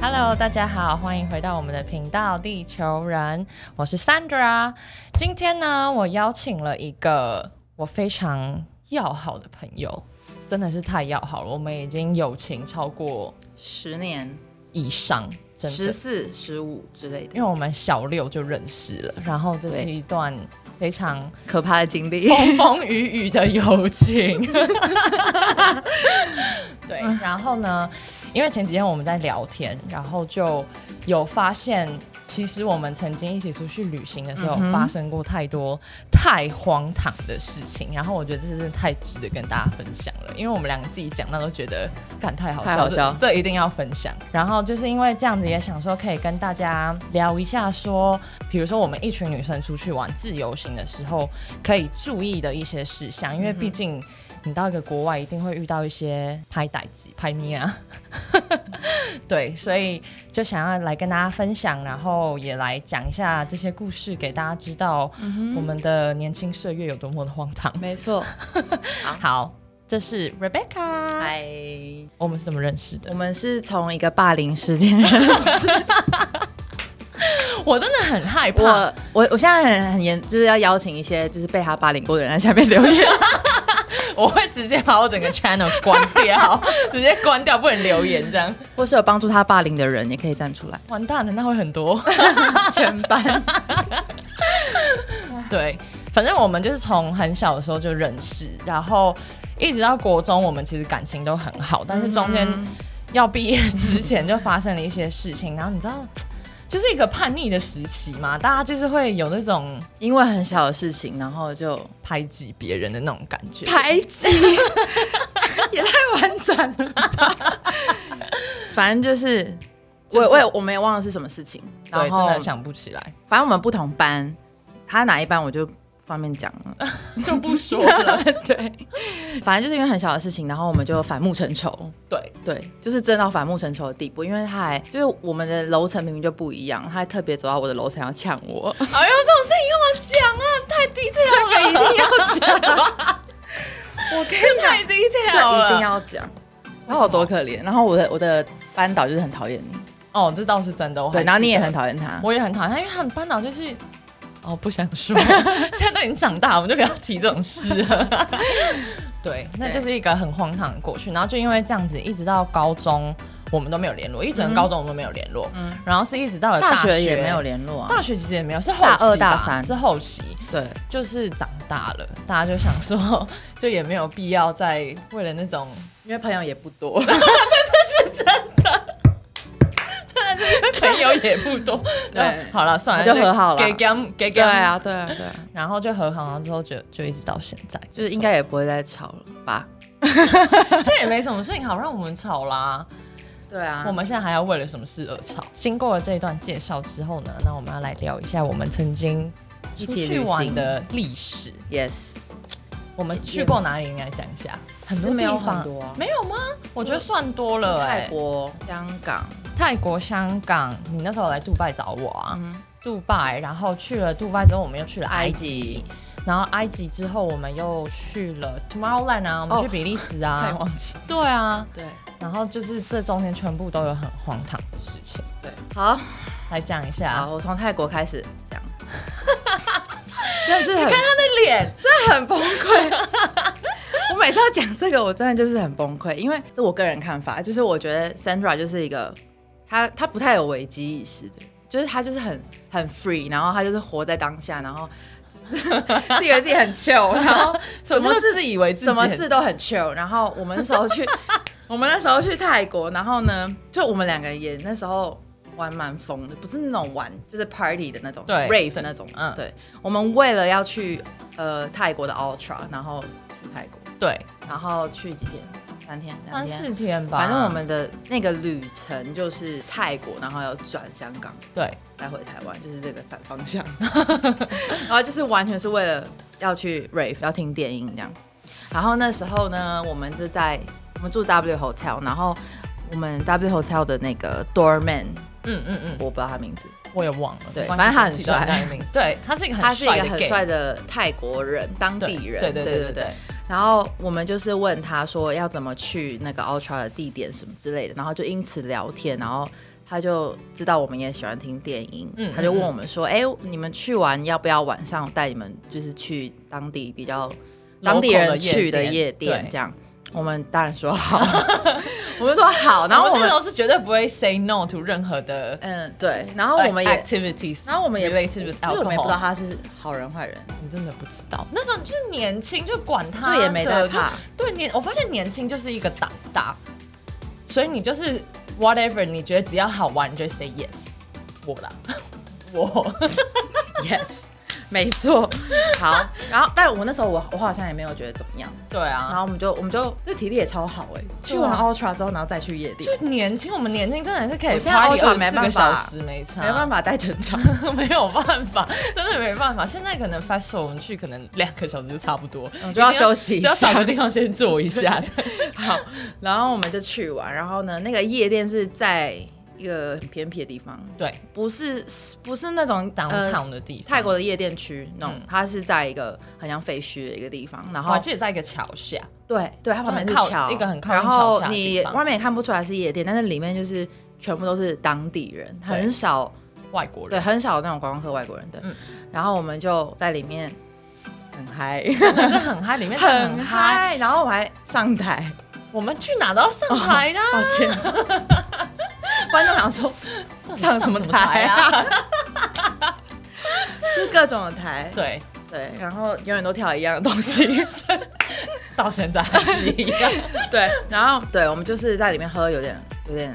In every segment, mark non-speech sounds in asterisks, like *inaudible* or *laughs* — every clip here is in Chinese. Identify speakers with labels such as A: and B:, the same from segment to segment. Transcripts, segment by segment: A: Hello，大家好，欢迎回到我们的频道《地球人》，我是 Sandra。今天呢，我邀请了一个我非常要好的朋友，真的是太要好了，我们已经友情超过
B: 十年、
A: 以上，真
B: 十
A: 的，
B: 四、十五之类
A: 因为
B: 的
A: 我们小六就认识了，然后这是
B: 对
A: 一段非常
B: 可怕的经历。
A: 风风雨雨的友情。 *laughs* 对，然后呢，因为前几天我们在聊天，然后就有发现，其实我们曾经一起出去旅行的时候，发生过太多太荒唐的事情。然后我觉得这真的太值得跟大家分享了，因为我们两个自己讲到都觉得，感太好笑，
B: 太好笑
A: 这这一定要分享。然后就是因为这样子，也想说可以跟大家聊一下说比如说我们一群女生出去玩自由行的时候，可以注意的一些事项，因为毕竟你到一个国外一定会遇到一些拍歹机、拍咪啊，对，所以就想要来跟大家分享，然后也来讲一下这些故事，给大家知道我们的年轻岁月有多么的荒唐。
B: *laughs* 没错，
A: 好，这是 Rebecca，
B: 嗨，
A: 我们是怎么认识
B: 我
A: 的？
B: 们是从一个霸凌事件认识。
A: 我真的很害怕，
B: *laughs*
A: *laughs*
B: 我我我现在很很严，就是要邀请一些就是被他霸凌过的人在下面留
A: *laughs*
B: 言。
A: 我会直接把我整个 channel 关掉，直接关掉，不能留言这样。，
B: 或是有帮助他霸凌的人也可以站出来
A: *laughs* 完蛋了，那会很多。
B: 全班。
A: 对，反正我们就是从很小的时候就认识，然后一直到国中，我们其实感情都很好，但是中间
B: 嗯
A: 要毕业之前就发生了一些事情，然后你知道。就是一个叛逆的时期嘛，大家就是会有那种
B: 因为很小的事情，然后就
A: 排挤别人的那种感觉。
B: 排挤，也太婉转了吧。 *laughs* 反正就是。我
A: 就是
B: 我也我们也忘了是什么事情，然
A: 对，
B: 后
A: 真的想不起来，
B: 反正我们不同班，他哪一班我就不方便讲了。
A: *laughs* 就不说了。
B: 对，反正就是因为很小的事情，然后我们就反目成仇。
A: 对，
B: 对，就是真到反目成仇的地步，因为他还就是我们的楼层明明就不一样，他还特别走到我的楼层要呛
A: *laughs*
B: 我，
A: 哎呦，这种事情干嘛讲啊？太 detail 了，
B: 这一定要讲， *laughs*
A: 我跟你太 detail
B: 这
A: 了，
B: 啊一定要讲。然后我多可怜，然后我的我的班导就是很讨厌你，
A: 哦，这倒是真的。我还
B: 对，然后你也
A: 记得
B: 很，讨厌他，
A: 我也很讨厌他，因为他们班导就是，哦，不想 *laughs* 说，现在都已经长大，我们就不要提这种事 *laughs* 了。对，那
B: 对
A: 就是一个很荒唐的过去。然后就因为这样子，一直到高中我们都没有联络，一整个高中我们都没有联络。嗯
B: 嗯，
A: 然后是一直到了
B: 大
A: 学
B: 学也没有，联络啊
A: 大。学其实也没有，是后
B: 大二
A: 期吧
B: 大三
A: 是后期。
B: 对，
A: 就是长大了，大家就想说， *laughs* 就也没有必要再为了那 *laughs* 种
B: 因为朋友也不
A: *laughs*
B: 多，
A: 啊朋友也不多，
B: 对
A: 好了，算了，
B: 就和好了
A: 给给他们给给
B: *laughs* 对
A: 他们
B: 啊，对啊，对啊，
A: 然后就和好了之后就就一直到现在，
B: 就是应该也不会再吵了吧？
A: 这也没什么事情好让我们吵啦。
B: 对啊，
A: 我们现在还要为了什么事而吵？经过了这一段介绍之后呢，那我们要来聊一下我们曾经
B: 一
A: 出
B: 起
A: 去
B: 旅
A: 玩
B: 行
A: 的历史。
B: yes，
A: 我们去过哪里？应该讲一下。很多
B: 没有
A: 地
B: 很
A: 方
B: 多啊
A: 没有吗？我觉得算多了哎、
B: 泰国、香港，
A: 泰国、香港，你那时候来杜拜找我啊，
B: 嗯
A: 杜拜，然后去了杜拜之后，我们又去了埃
B: 埃
A: 及，
B: 及
A: 然后埃及之后，我们又去了 Tomorrowland 啊，我们
B: 哦
A: 去比利时
B: 差
A: 啊
B: 点，忘记。
A: 对啊，
B: 对
A: 然后就是这中间全部都有很荒唐的事情，
B: 对，好
A: 来讲一
B: 好，
A: 下。
B: 我从泰国开始这样，真的是很
A: 他的脸，
B: 真的很崩溃。我每次要讲这个，我真的就是很崩溃，因为是我个人看法，就是我觉得 Sandra 就是一个，她她不太有危机意识的，就是她就是很很 free，然后她就是活在当下，然后就是 *laughs* 自以为自己很 chill，然后
A: 什
B: 什
A: 么
B: 么
A: 事
B: 事
A: 自以为自己
B: 什么事都很 chill。然后我们那时候
A: *laughs*
B: 去，我们那时候去泰国，然后呢，就我们两个也那时候玩蛮疯的，不是那种玩，就是 party 的那种
A: 对
B: ，rave
A: 对
B: 那种。
A: 嗯
B: 嗯，对，我们为了要去呃泰国的 Ultra，然后去泰国，
A: 对，
B: 然后去几天？三天？两
A: 三
B: 天？
A: 四天吧，
B: 反正我们的那个旅程就是泰国，然后要转香港，
A: 对
B: 再回台湾，就是这个反方向。 *laughs* 然后就是完全是为了要去 rave，要听电音这样。然后那时候呢，我们就在我们住 W Hotel，然后我们 W Hotel 的那个 doorman，
A: 嗯嗯嗯，
B: 我不知道他名字，
A: 我也忘了，
B: 对
A: 没关系
B: 反正他很
A: 记得
B: 帅
A: 人家的名字， *laughs* 对，他是一个
B: 他
A: 很
B: 是一
A: 帅
B: 个
A: 的
B: 很
A: gay，
B: 帅的泰国人，当
A: 对
B: 地人，
A: 对对对对对，
B: 然后我们就是问他说要怎么去那个 Ultra 的地点什么之类的，然后就因此聊天，然后他就知道我们也喜欢听电音，
A: 嗯
B: 他就问
A: 嗯嗯
B: 我们说：“哎、你们去玩要不要晚上带你们就是去当地比较当地
A: Local 的
B: 人
A: 夜
B: 去的
A: 店
B: 夜店
A: 对
B: 这样？”我们当然
A: *laughs*
B: 说好，我们说好，然后我
A: 那
B: 们
A: 时候是绝对不会 say no to 任何的，
B: 嗯对，然后我们
A: like,
B: 也，
A: activities，
B: 然后我们也
A: related with
B: 就是我们也不知道
A: alcohol。
B: 他是好人坏人，
A: 你真的不知道，那时候就是年轻，就管他，
B: 就也没在
A: 对
B: 怕。
A: 就对年，我发现年轻就是一个打打，所以你就是 whatever，你觉得只要好玩，你就 say yes。我啦， *laughs* 我
B: Yes，没错。好，然后但我那时候我我好像也没有觉得怎么样，
A: 对
B: 然
A: 啊，
B: 后我们就我们就这体力也超好哎、去
A: 对
B: 完
A: 啊
B: Ultra 之后，然后再去夜店，
A: 就年轻，我们年轻真的是可以
B: 我现在
A: party
B: 熬
A: 二
B: 场没
A: 十
B: 办
A: 个
B: 法
A: 小时，没差，
B: 没办法带整场。
A: 法， *laughs* 没有办法，真的没办法。现在可能 f a s h i o 我们去可能两个小时就差不多，
B: 嗯就要休息一
A: 就要
B: 下
A: 找个地方先坐一
B: *laughs*
A: 下。
B: 好，然后我们就去玩，然后呢，那个夜店是在一个很偏僻的地方，
A: 对，
B: 不是不是那种
A: 当
B: 呃
A: 场的地方，
B: 泰国的夜店区那种
A: 嗯，
B: 它是在一个很像废墟的一个地方，然
A: 我
B: 后
A: 还记得在一个桥下，
B: 对对，它旁边是
A: 就很靠
B: 桥，
A: 一个很靠近
B: 然后
A: 桥下的地
B: 你
A: 方
B: 外面也看不出来是夜店，但是里面就是全部都是当地人，很少
A: 外国
B: 对
A: 人，
B: 很少那种观光客外国人对，
A: 嗯
B: 然后我们就在里面
A: *laughs*
B: 很嗨，
A: 真的是很嗨，里
B: *laughs*
A: 面真的很嗨。，
B: 然后我还上台，
A: 我们去哪都要上台啦，
B: 哦抱歉，
A: *laughs*
B: 观众想说
A: 到底
B: 上什么台
A: 啊？
B: 啊？就是各种的台，
A: 对，
B: *laughs* 对，然后永远都跳一样的东西， *laughs*
A: 到现在还是一样。
B: 对，然后对我们就是在里面喝有点有点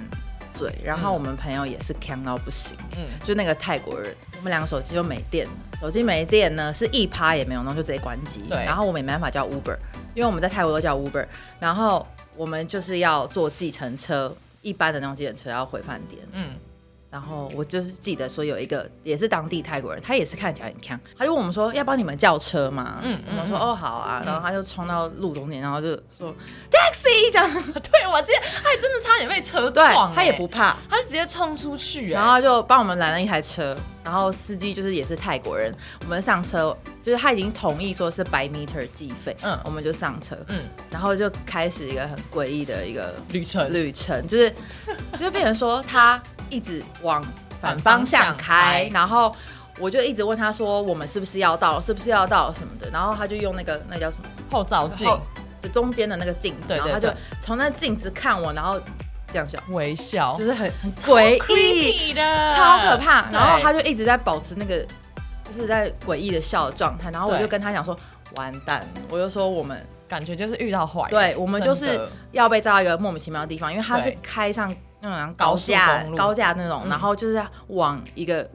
B: 醉，然后我们朋友也是呛到不行，
A: *laughs* 嗯，
B: 就那个泰国人，我们两个手机就没电了，手机没电呢是一趴也没有弄，就直接关机。
A: 对
B: 然后我们也没办法叫 Uber，因为我们在泰国都叫 Uber，然后我们就是要坐计程车，一般的那种计程车要回饭店。
A: 嗯，
B: 然后我就是记得说有一个也是当地泰国人，他也是看起来很强，他就问我们说要帮你们叫车吗？
A: 嗯
B: 嗯，我们说
A: 嗯
B: 哦好啊，然后
A: 嗯
B: 他就冲到路中间，然后就说 taxi
A: *laughs*
B: 这样，
A: 对，我记得他还真的差点被车
B: 对
A: 撞，
B: 他也
A: 欸
B: 不，怕，
A: 他就直接冲出去，哎
B: 然
A: 然后
B: 后就帮我们拦了一台车，然后司机就是也是泰国人，我们上车就是他已经同意说是 by meter 计费，
A: 嗯
B: 嗯，我们就上车，
A: 嗯，
B: 然后就开始一个很诡异的一个
A: 旅程
B: 旅程，就是
A: *laughs*
B: 就变成说他一直往反方
A: 反方
B: 向
A: 向开
B: 开，然后我就一直问他说我们是不是要到了，是不是要到了什么的，然后他就用那个那叫什么
A: 后照镜
B: 后就中间的那个镜子，
A: 对
B: 然后他
A: 对
B: 就
A: 对
B: 从那镜子看我，然后这样笑，
A: 微笑，
B: 就是很很诡异。
A: 哦 creepy 的，
B: 超可怕。
A: 嗯对
B: 然后他就一直在保持那个就是在诡异的笑的状态，然后我
A: 对
B: 就跟他讲说。完蛋！我就说我们
A: 感觉就是遇到坏人，
B: 对我们就是
A: 真的
B: 要被载到一个莫名其妙的地方，因为他是
A: 对
B: 开上那种
A: 高
B: 高
A: 速
B: 架
A: 公路
B: 高架那种，
A: 嗯
B: 然后就是往一个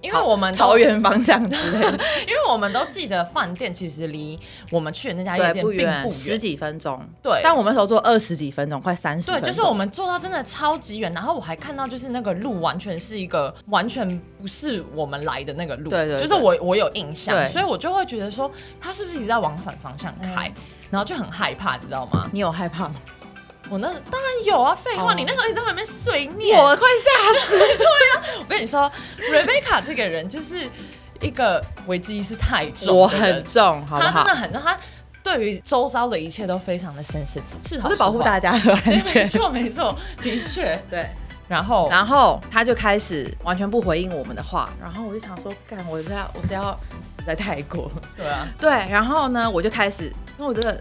A: 因为我们都
B: 桃园方向之类
A: *laughs*
B: 的，
A: 因为我们都记得饭店其实离我们去的那家夜
B: 对，
A: 店
B: 不
A: 并
B: 远，
A: 不
B: 十
A: 远，
B: 几分钟。
A: 对
B: 但我们那时候坐二十几分钟，快三十。
A: 对，就是我们坐到真的超级远，然后我还看到就是那个路完全是一个完全不是我们来的那个路，
B: 对对对
A: 就是我我有印象，
B: 对
A: 所以我就会觉得说他是不是一直在往反方向开，然后就很害怕，你知道吗？
B: 你有害
A: *laughs*
B: 怕吗？
A: 我那当然有啊，废话，
B: 哦
A: 你那时候一直在旁边碎念，
B: 我快吓死！
A: 我跟你说，Rebecca 这个人就是一个危机意识太重的人，
B: 我很重，好不
A: 他真
B: 好
A: 的？很重，他对于周遭的一切都非常的 sensitive，是
B: 我
A: 好
B: 是保护
A: 家 *laughs*
B: 大家的安
A: 没
B: 全。
A: 错没错，的确。
B: 对，
A: 然后
B: 然后他就开始完全不回应我们的话，然后我就想说，干，我是要我是要死在泰国， *laughs*
A: 对啊，
B: 对，然后呢，我就开始，那我真的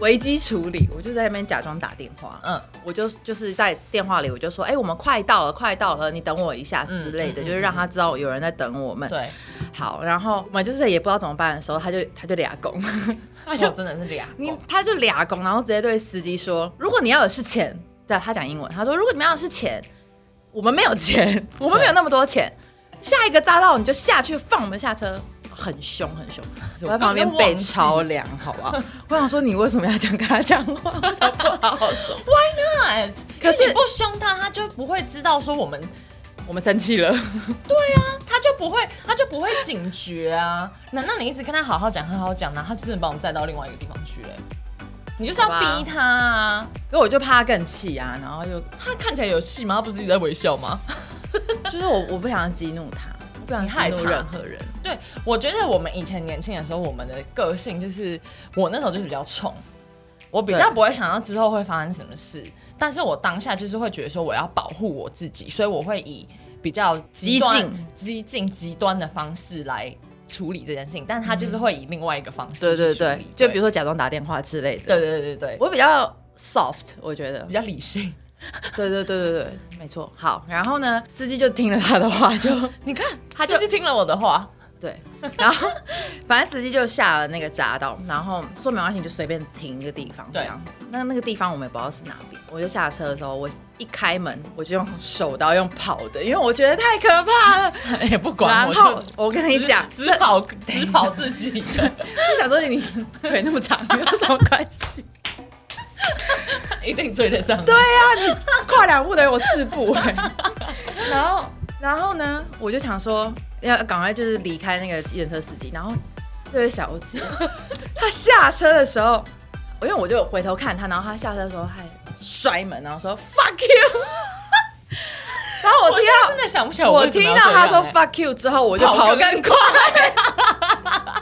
B: 危机处理，我就在那边假装打电话，
A: 嗯，
B: 我就就是在电话里我就说，哎、我们快到了，快到了，你等我一下之类的，
A: 嗯嗯嗯
B: 就是让他知道有人在等我们。
A: 对，
B: 好，然后我们就是也不知道怎么办的时候，他就他就俩拱，
A: 那就真的是俩
B: 你
A: 狗。
B: 他就俩拱，然后直接对司机说：“如果你要的是钱，对，他讲英文，他说如果你们要的是钱，我们没有 *laughs* 钱，我们没有那么多钱，下一个匝道你就下去放我们下车。”很凶，很凶，我在旁边被超凉，好不好？我想说，你为什么要这样跟他讲话？为什么不好好说？
A: What？
B: 可
A: 可
B: 是
A: 是你不凶他，他就不会知道说我们，
B: *laughs*
A: 啊
B: 我们生气了，
A: 他就不会，他就不会警觉啊。难道你一直跟他好好讲，好好讲，然后他就真的把我们载到另外一个地方去了？你就是要
B: 好吧
A: 逼他啊！
B: 可我就怕他更气啊，然后就
A: 他看起来有气吗？他不是一直在微笑吗？
B: 就是我我不想激怒他，我不想
A: 你害
B: 激怒
A: 怕
B: 任何人。
A: 对，我觉得我们以前年轻的时候，我们的个性就是，我那时候就是比较冲，我比较不会想到之后会发生什么事，但是我当下就是会觉得说我要保护我自己，所以我会以比较极端、激进、极端的方式来处理这件事情，但他就是会以另外一个方式
B: 对对
A: 去处
B: 对
A: 理，
B: 就比如说假装打电话之类的。
A: 对对对对对，
B: 我比较 soft，我觉得
A: 比。较理性。
B: 对对对对对，没错。好，然后呢，司机就听了他的话，就
A: *laughs* 你看，他
B: 他就
A: 就是听了我的话， *laughs*
B: 对，然后反正司机就下了那个匝道，然后说没关系，你就随便停一个地方
A: 对
B: 这样子。那那个地方我们也不知道是哪边，我就下车的时候，我一开门我就用手刀用跑的，因为我觉得太可怕了。
A: 也不管
B: 然
A: 我
B: 后
A: 就。
B: 我跟你讲，
A: 只只跑只跑自
B: *laughs*
A: 己的，
B: 我想说你你
A: *laughs*
B: 腿那么长有什么关系？
A: 一定追得上。
B: 对，呀、你跨两步等于我四步哎、然后，然后呢，我就想说要赶快就是离开那个计程车司机。然后这位小姐，她下车的时候，因为我就回头看她，然后她下车的时候还摔门，然后说 fuck you。然后我
A: 我
B: 听
A: 现在
B: 到
A: 真的想不起来
B: *laughs*
A: 为
B: 我
A: 什么
B: 听
A: 要这样
B: 到
A: 欸。
B: 她说 fuck you 之后，我就跑
A: 跑
B: 更
A: 更
B: 快。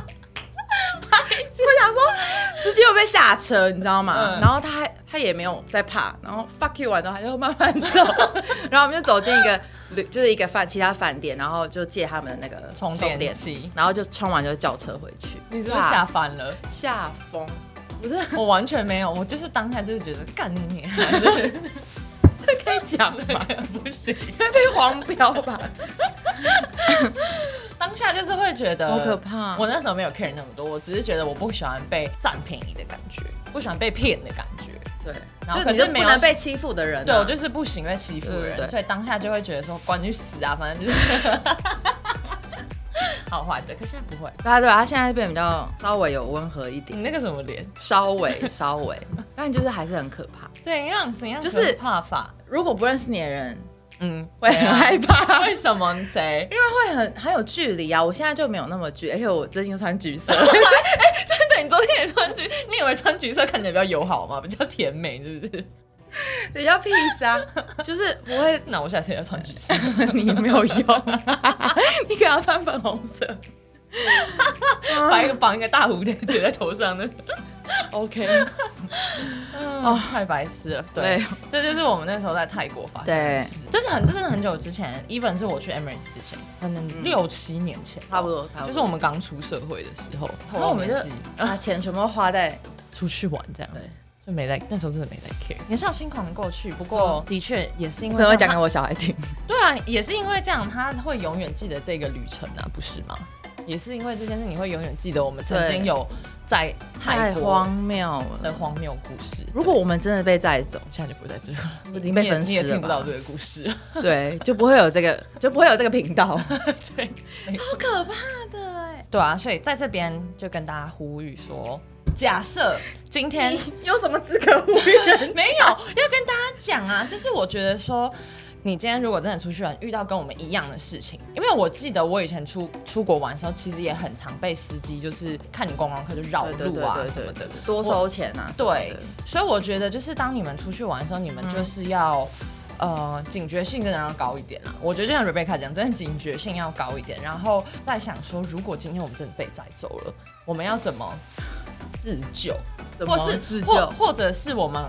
A: *laughs*
B: 我想说，司机又被下车，你知道吗？
A: 嗯
B: 然后他还他也没有在怕，然后 fuck you 完之后，他就慢慢走， *laughs* 然后我们就走进一个旅就是一个饭其他饭店，然后就借他们的那个
A: 充电器，
B: 然后就充完就叫车回去。
A: 你是不是吓翻了？
B: 吓疯？不 *laughs* 是
A: 我完全没有，我就是当下就是觉得干你娘， *laughs* 这
B: 可以讲吧？
A: *laughs* 不行。
B: 因为被黄标吧？
A: 当下就是会觉得
B: 好可怕
A: 呃我那时候没有 care 那么多，我只是觉得我不喜欢被占便宜的感觉，不喜欢被骗的感觉。
B: 对，
A: 然后
B: 就
A: 可
B: 你是
A: 是
B: 不
A: 没有
B: 能被欺负的人啊、
A: 对我就是不行，会欺负
B: 对对对
A: 人，所以当下就会觉得说管你死啊，反正就是 *laughs* 好坏对。可现在不会，
B: 对啊对啊，他现在变比较稍微有温和一点，
A: 你那个什么脸，
B: 稍 *laughs* 微稍微，但就是还是很可怕。
A: 怎样怎样，
B: 就是
A: 怕法，
B: 如果不认识你的人，
A: 嗯，
B: 会很害
A: 怕。 *laughs* 为什么？谁？
B: 因为会很很有距离啊，我现在就没有那么距，而且我最近又穿橘 *laughs* 色，我
A: 对，你昨天也穿橘， *laughs* 你以为穿橘色看起来比较友好吗？比较甜美，是不是？ *laughs*
B: 比较 peace 啊，就是不会，
A: 那我下次也要穿橘色。
B: 你没有用，你可能要穿粉红色。
A: 把一个 *laughs* 绑一个大蝴蝶结在头上的，
B: OK，
A: 哦，太白痴了。对， *laughs* 这就是我们那时候在泰国发生的事。这是很，这是很久之前，even 是我去 Emirates 之前，可能六七年前，
B: 差不多差不多
A: 就是我们刚出社会的时候，
B: 然后我们就
A: 透露年纪
B: 把钱全部花在
A: 出去玩这样
B: 对。
A: 就没在那时候真的没在 care，也是啊要心狂过去。不过的确也是因为
B: 可能会
A: 这
B: 讲
A: 样
B: 给 *laughs* 我小孩听，
A: 对啊，也是因为这样，他会永远记得这个旅程啊，不是吗？也是因为这件事，你会永远记得我们曾经
B: 对
A: 有在泰
B: 太
A: 国
B: 荒谬
A: 的
B: 了。
A: 荒谬故事。
B: 如果我们真的被载走，
A: 现在就不在这了，
B: *laughs* 已经被分
A: 你也你也
B: 尸了 *laughs*
A: 听不
B: 吧
A: 到？这个故事。
B: 对，就不会有这个，就不会有这个频道，
A: 对， *laughs* 没错
B: 可怕的哎！
A: 对啊，所以在这边就跟大家呼吁说，假设今天
B: *laughs* 你有什么资格呼吁人？
A: 没有要跟大家讲啊，就是我觉得说，你今天如果真的出去玩，遇到跟我们一样的事情，因为我记得我以前出出国玩的时候，其实也很常被司机就是看你观光客就绕
B: 对对
A: 路
B: 对
A: 啊
B: 对
A: 什
B: 对
A: 么的，
B: 多收钱啊！什么
A: 对
B: 的，
A: 所以我觉得就是当你们出去玩的时候，你
B: 嗯
A: 们就是要、呃警觉性真的要高一点啦。我觉得就像 Rebecca 讲，真的警觉性要高一点，然后再想说，如果今天我们真的被载走了，我们要怎么自救，
B: 怎么
A: 或是
B: 自
A: 或
B: 救？
A: 或者是我们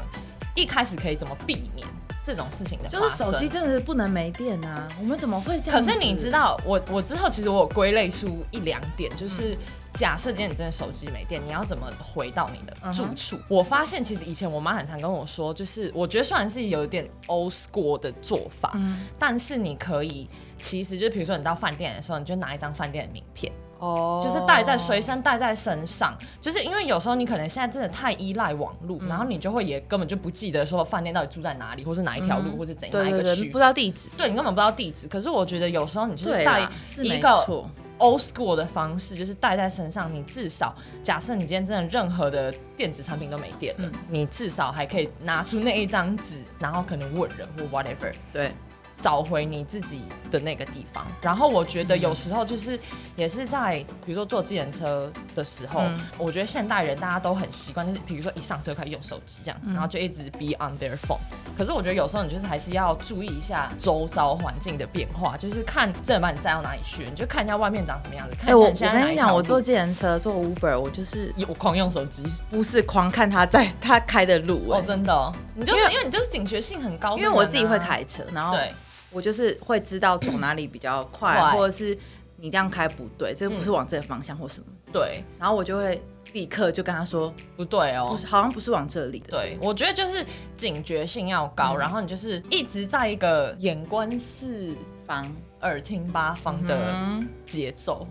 A: 一开始可以怎么避免这种事情的
B: 就是
A: 发
B: 手
A: 生
B: 机真的不能没电啊！我们怎么会这样
A: 可
B: 子？
A: 是你知道，我我之后其实我有归类出一两点，
B: 嗯
A: 就是假设今天你真的手机没电，你要怎么回到你的住
B: 嗯
A: 处？我发现其实以前我妈很常跟我说，就是我觉得虽然是有一点 old school 的做法，
B: 嗯
A: 但是你可以。其实就比如说你到饭店的时候，你就拿一张饭店的名片，
B: 哦
A: 就是带在随身带在身上。就是因为有时候你可能现在真的太依赖网络，
B: 嗯
A: 然后你就会也根本就不记得说饭店到底住在哪里，或是哪一条路，或是怎样哪一
B: 嗯对对
A: 个
B: 对，
A: 区
B: 不知。道地址，
A: 对你根本不知道地址，可是我觉得有时候你就是
B: 对
A: 带
B: 啦，是
A: 一
B: 没
A: 个
B: 错，
A: old school 的方式，就是带在身上，你至少假设你今天真的任何的电子产品都没电了，
B: 嗯
A: 你至少还可以拿出那一张纸，然后可能问人或 whatever，
B: 对
A: 找回你自己的那个地方。然后我觉得有时候就是也是在比如说坐自行车的时候，
B: 嗯
A: 我觉得现代人大家都很习惯，就是比如说一上车开始用手机这样，
B: 嗯
A: 然后就一直 be on their phone。可是我觉得有时候你就是还是要注意一下周遭环境的变化，就是看真的把你载到哪里去，你就看一下外面长什么样子。看
B: 哎、我
A: 一
B: 我
A: 下现在
B: 跟
A: 哪
B: 你
A: 一
B: 讲，
A: 条
B: 我
A: 路嗯
B: 坐计程车坐 Uber，我就是
A: 有狂用手机
B: 不是狂看他在他开的路、哎
A: 哦，真的哦、你就是
B: 因
A: 因
B: 为
A: 为你就是警觉性很高的
B: 因
A: 人
B: 为
A: 啊、
B: 我自己会开车，然后
A: 对嗯
B: 我就是会知道走哪里比较快，
A: 快嗯
B: 或者是你这样开不对，这不是往这个方向或什么，
A: 对
B: 然后我就会立刻就跟他说，
A: 不对哦
B: 不是，好像不是往这里的。
A: 对，我觉得就是警觉性要高，然后你就是一直在一个眼观四、
B: 方
A: 耳听八方的
B: 嗯，
A: 节奏、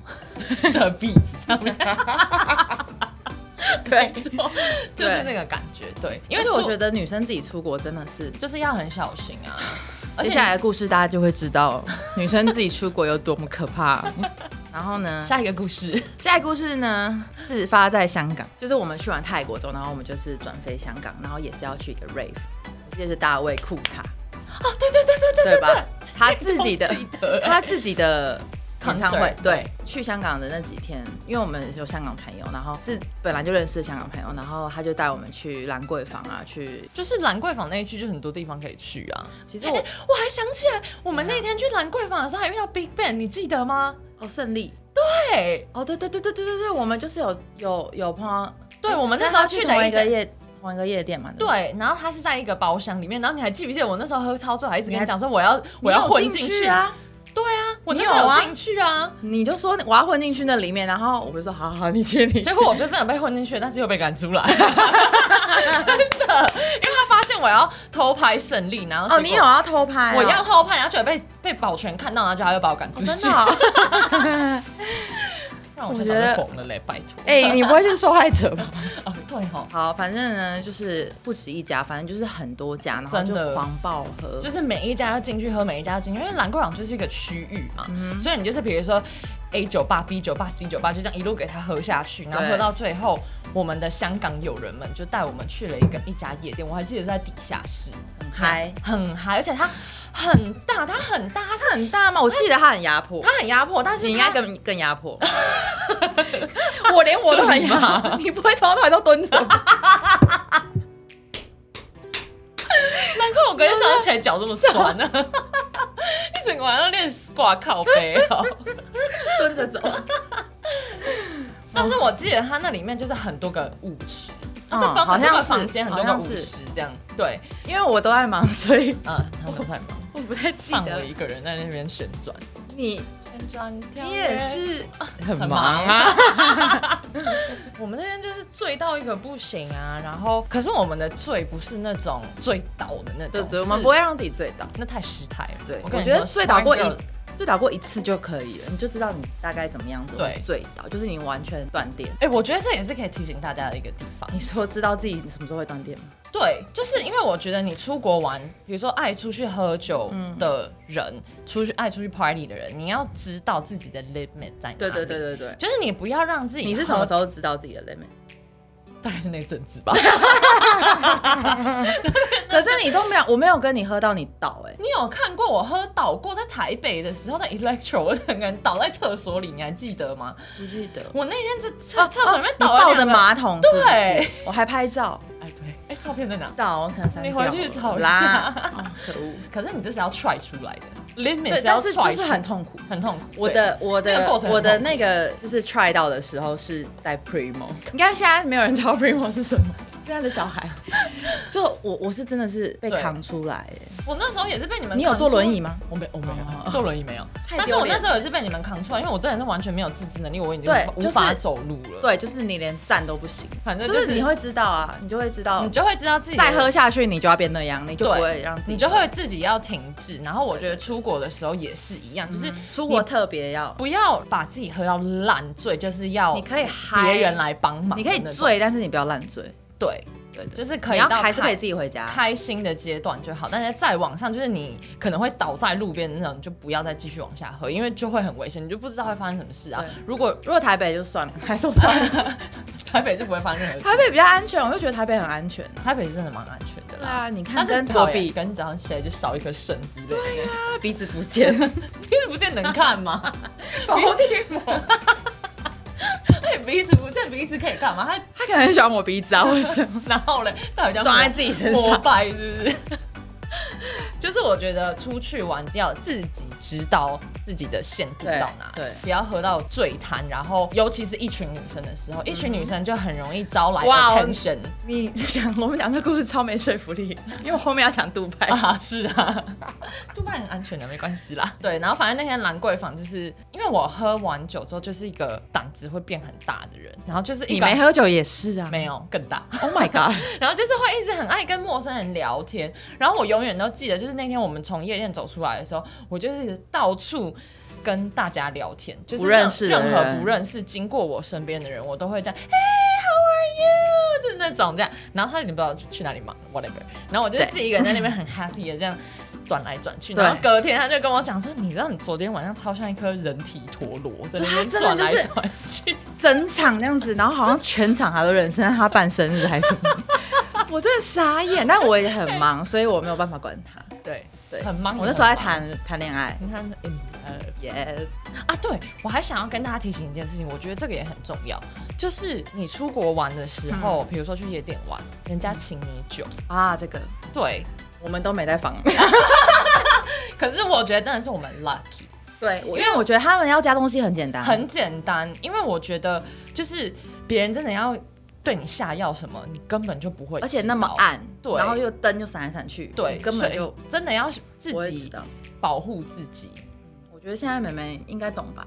A: 的 beat 上面，
B: 对
A: 没。错，就是那个感觉。对，因
B: 因
A: 为
B: 为我觉
A: 得
B: 得女生自己出国真的是，
A: 就是要很小心啊。而
B: 嗯接
A: 且
B: 下来的故事大家就会
A: *laughs*
B: 知道女生自己出国有多么可怕。然后呢，下
A: 下一个故事，哦
B: 下一个故事呢是发在香港，就是我们去完泰国之后，然后我们就是转飞香港，然后也是要去一个 rave，我记得是大卫库塔，
A: 哦，对对对对对
B: 对
A: 对
B: 吧
A: 对，？
B: 他自己的
A: 都记得
B: 他自己的演唱会
A: Concert，
B: 对
A: 对，
B: 去香港的那几天，因为我们有香港朋友，然后是本来就认识的香港朋友，然后他就带我们去兰桂坊啊，去
A: 就是兰桂坊那一区，就很多地方可以去啊。
B: 其实
A: 哎、
B: 我、
A: 我还想起来，我们那天去兰桂坊的时候还遇到 Big Bang，你记得吗？
B: 哦胜利
A: 对，
B: 哦对对对对对对对，我们就是有有有碰到，
A: 对
B: 哎
A: 我们那
B: 跟
A: 时候
B: 他
A: 去的
B: 同
A: 一
B: 一个
A: 间
B: 夜同一个夜店嘛，不，
A: 对，然后他是在一个包厢里面，然后你还记不记得我那时候喝超醉，还一直
B: 你
A: 跟
B: 还
A: 你讲说我要我
B: 你有
A: 要混
B: 进
A: 去？
B: 啊，
A: 对啊，我那
B: 你
A: 时候
B: 有啊
A: 有进去啊，
B: 你就说我要混进去那里面，然后我就说好好好，你去你去，
A: 结果我就真的被混进去，但是又被赶出来， *laughs* 真的，因为他发现我要偷拍胜利，然后
B: 哦
A: 结
B: 你
A: 果
B: 有要偷拍、
A: 我要。偷拍，然后就被被保全看到，然后就他又把我赶出
B: 哦
A: 去，
B: 真的哦、 *laughs*
A: 让我
B: 我
A: 现
B: 觉
A: 在
B: 得
A: 早就疯了嘞，拜托，
B: 哎、你不会是受害者吧？
A: 哦对哈、
B: *laughs* 好，反正呢，就是不止一家，反正就是很多家，然后
A: 真
B: 就
A: 的
B: 狂暴喝，
A: 就是每一家要进去喝，每一家要进去，因为兰桂坊就是一个区域嘛，所以你就是比如说 A 酒吧、B 酒吧、C 酒吧，就这样一路给它喝下去，然后
B: 对
A: 喝到最后，我们的香港友人们就带我们去了一个一家夜店，我还记得在地下室，
B: 很嗨，
A: 很嗨，而且它很大，它很大，它是
B: 是很大吗？我记得他很压迫，
A: 它很压迫，但是
B: 你应
A: 它 *laughs*
B: 该更更压迫。 *laughs* 我连我都很压迫，你不会从头到尾都蹲着吧？
A: 难怪我隔天早上起来脚这么酸啊呢、 *laughs* 一整个晚上练挂靠背哦。
B: *laughs* 蹲着走，
A: 但是我记得它那里面就是很多个舞池，它是
B: 嗯
A: 分
B: 好
A: 很多
B: 像
A: 个
B: 是
A: 房间，很多
B: 好
A: 个舞
B: 像是
A: 池这样，对。
B: 因为我都在忙， *laughs* 所以
A: 嗯，他们在忙，
B: 我不太记
A: 放我
B: 得
A: 一个人在那边旋转，
B: 你，
A: 旋转跳
B: 你也。是很
A: 很忙
B: 忙啊。 *laughs*
A: 我们那天就是醉到一个不行啊，然后可是我们的醉不是那种醉倒的那种，
B: 对对，
A: 是
B: 我们不会，让自己醉倒。
A: 那太失态了。
B: 对，
A: 跟
B: 我
A: 你
B: 觉得
A: 说
B: 醉倒过一
A: Smart Girl，
B: 醉倒过一次就可以了，你就知道你大概怎么样子
A: 对
B: 醉倒，就是你完全断电。
A: 哎，我觉得这也是可以提醒大家的一个地方。
B: 你说知道自己什么时候会断电吗？
A: 对，就是因为我觉得你出国玩，比如说爱出去喝酒的人，出去爱出去 party 的人，你要知道自己的 limit 在哪里。
B: 对对对，对对。
A: 就是你不要让自己
B: 你是
A: 喝
B: 什么时候知道自己
A: *laughs*
B: 的 limit？
A: 大概是那阵子吧。
B: 可是你都没有，我没有跟你喝到你倒哎、
A: 你有看过我喝倒过在台北的时候，在 Electro，我整个人倒在厕所里，你还记得吗？
B: 不记得。
A: 我那天在厕厕所里面
B: 啊你
A: 倒了
B: 倒
A: 两
B: 着
A: 个，
B: 马桶是不是，
A: 对，
B: 我还拍照
A: 哎对，哎照片在哪？
B: 倒，我可能删
A: 你
B: 掉了
A: 回去找一下
B: 啦。哦可恶，
A: 可是你这是要踹出来的，limit
B: 对，
A: 是要
B: 但是
A: 踹出
B: 就是
A: 来，
B: 很痛苦。
A: 很痛苦。
B: 我
A: 对
B: 的我
A: 那
B: 的
A: 个过程很
B: 我
A: 痛
B: 的
A: 苦
B: 那个就是 try 到的时候是在 primo，应 *laughs* 该现在没有人知道 primo 是什么。现在的小孩， *laughs* 就我我是真的是被
A: 对
B: 扛出来哎、
A: 我那时候也是被你们，
B: 你有坐轮椅？吗？
A: 我没，我没
B: 哦
A: 有坐轮椅没有，
B: 太
A: 但是
B: 丢
A: 我
B: 脸
A: 那时候也是被你们扛出来，因为我真的是完全没有自制能力，我已经
B: 对
A: 无
B: 就是
A: 法走路了。，
B: 对，就是你连站都不行，
A: 反正
B: 就
A: 就是
B: 你会知道啊，你就会知道
A: 你就会知道自己的
B: 再喝下去，你就要变那样，你就不会让自己，
A: 你就会自己要停滞。然后我觉得出国的时候也是一样，就是
B: 嗯出国特别要，
A: 不要把自己喝到烂醉，就是要
B: 你可以嗨，
A: 别人，来帮忙，
B: 你可以，醉，但是你不要烂醉，
A: 对，
B: 对对，
A: 就是可
B: 你
A: 以
B: 要
A: 到
B: 还是可以
A: 开
B: 自己回家。
A: 开心的阶段就好。但是再往上，就是你可能会倒在路边的那种，你就不要再继续往下喝，因为就会很危险，你就不知道会发生什么事啊
B: 对。
A: 如果
B: 如果台北就算了，还是我 *laughs* 算了。
A: 台北是不会发生任何事，
B: 台北比较安全，我就觉得台北很安全、啊。
A: 台北是真的蛮安全的。
B: 对
A: 啦。
B: 啊，你看
A: 但是
B: 跟逃
A: 我
B: 避
A: 比跟早上起来就少一颗肾之类的，
B: 啊，鼻子不见，
A: 鼻子不见能看
B: *laughs*
A: 吗？
B: 伏地魔，
A: *laughs* 对，哎鼻子不见鼻子可以干嘛？他
B: *laughs* 他可能很喜欢我鼻子啊，为什么？
A: 然后嘞，到底叫
B: 装在自己身
A: 膜
B: 上，
A: 拜是不是？ *laughs* 就是我觉得出去玩要自己知道自己的限度到哪里，
B: 对对
A: 不要喝到醉醺，然后尤其是一群女生的时候，一群女生就很容易招来
B: 哇哦
A: attention
B: *laughs* 你讲我们讲这故事超没说服力，因为我后面要讲杜拜。
A: *laughs* 啊，是啊，杜拜很安全的，没关系啦。对，然后反正那天兰桂坊就是因为我喝完酒之后就是一个胆子会变很大的人，然后就是一
B: 你
A: 个
B: 没喝酒也是啊，
A: 没有更大，
B: ，Oh my god，
A: 然后就是会一直很爱跟陌生人聊天，然后我永远都记得，就是那天我们从夜店走出来的时候，我就是到处跟大家聊天，就是
B: 不
A: 让
B: 认识的
A: 任何
B: 人
A: 不认识经过我身边的人，我都会这样，哎、h o w are you？就是那种这样，然后他也不知道去哪里忙，whatever，然后我就
B: 对
A: 自己一个人在那边很 happy 的这样。转来转去，
B: 对
A: 然后隔天他就跟我讲说：“你知道你昨天晚上超像一颗人体陀螺，在那边
B: 就他
A: 转
B: 真的
A: 来
B: 就是
A: 转去。
B: *laughs* 整场这样子，然后好像全场他都认识，但他办生日还是什么， *laughs* 我真的傻眼。但我也很忙，所以我没有办法管他。
A: 对
B: 对，
A: 很忙。
B: 我那时候在
A: 谈。
B: 谈谈恋爱，
A: 你看，呃，
B: 耶、
A: 啊，对，我还想要跟大家提醒一件事情，我觉得这个也很重要，就是你出国玩的时
B: 嗯
A: 候，比如说去夜店玩，人家请你酒，
B: 啊，这个
A: 对，
B: 我们都没在防。
A: 可是我觉得真的是我们 lucky，
B: *laughs* 对，我因为我觉得他们要加东西很简单，
A: 很简单，因为我觉得就是别人真的要对你下药什么，你根本就不会，
B: 而且那么。暗，
A: 对
B: 然后又灯又闪来闪去，
A: 对，
B: 根本就
A: 所以真的要自
B: 不会知
A: 己
B: 道。
A: 保护自己。
B: 我觉得现在妹妹应该懂吧，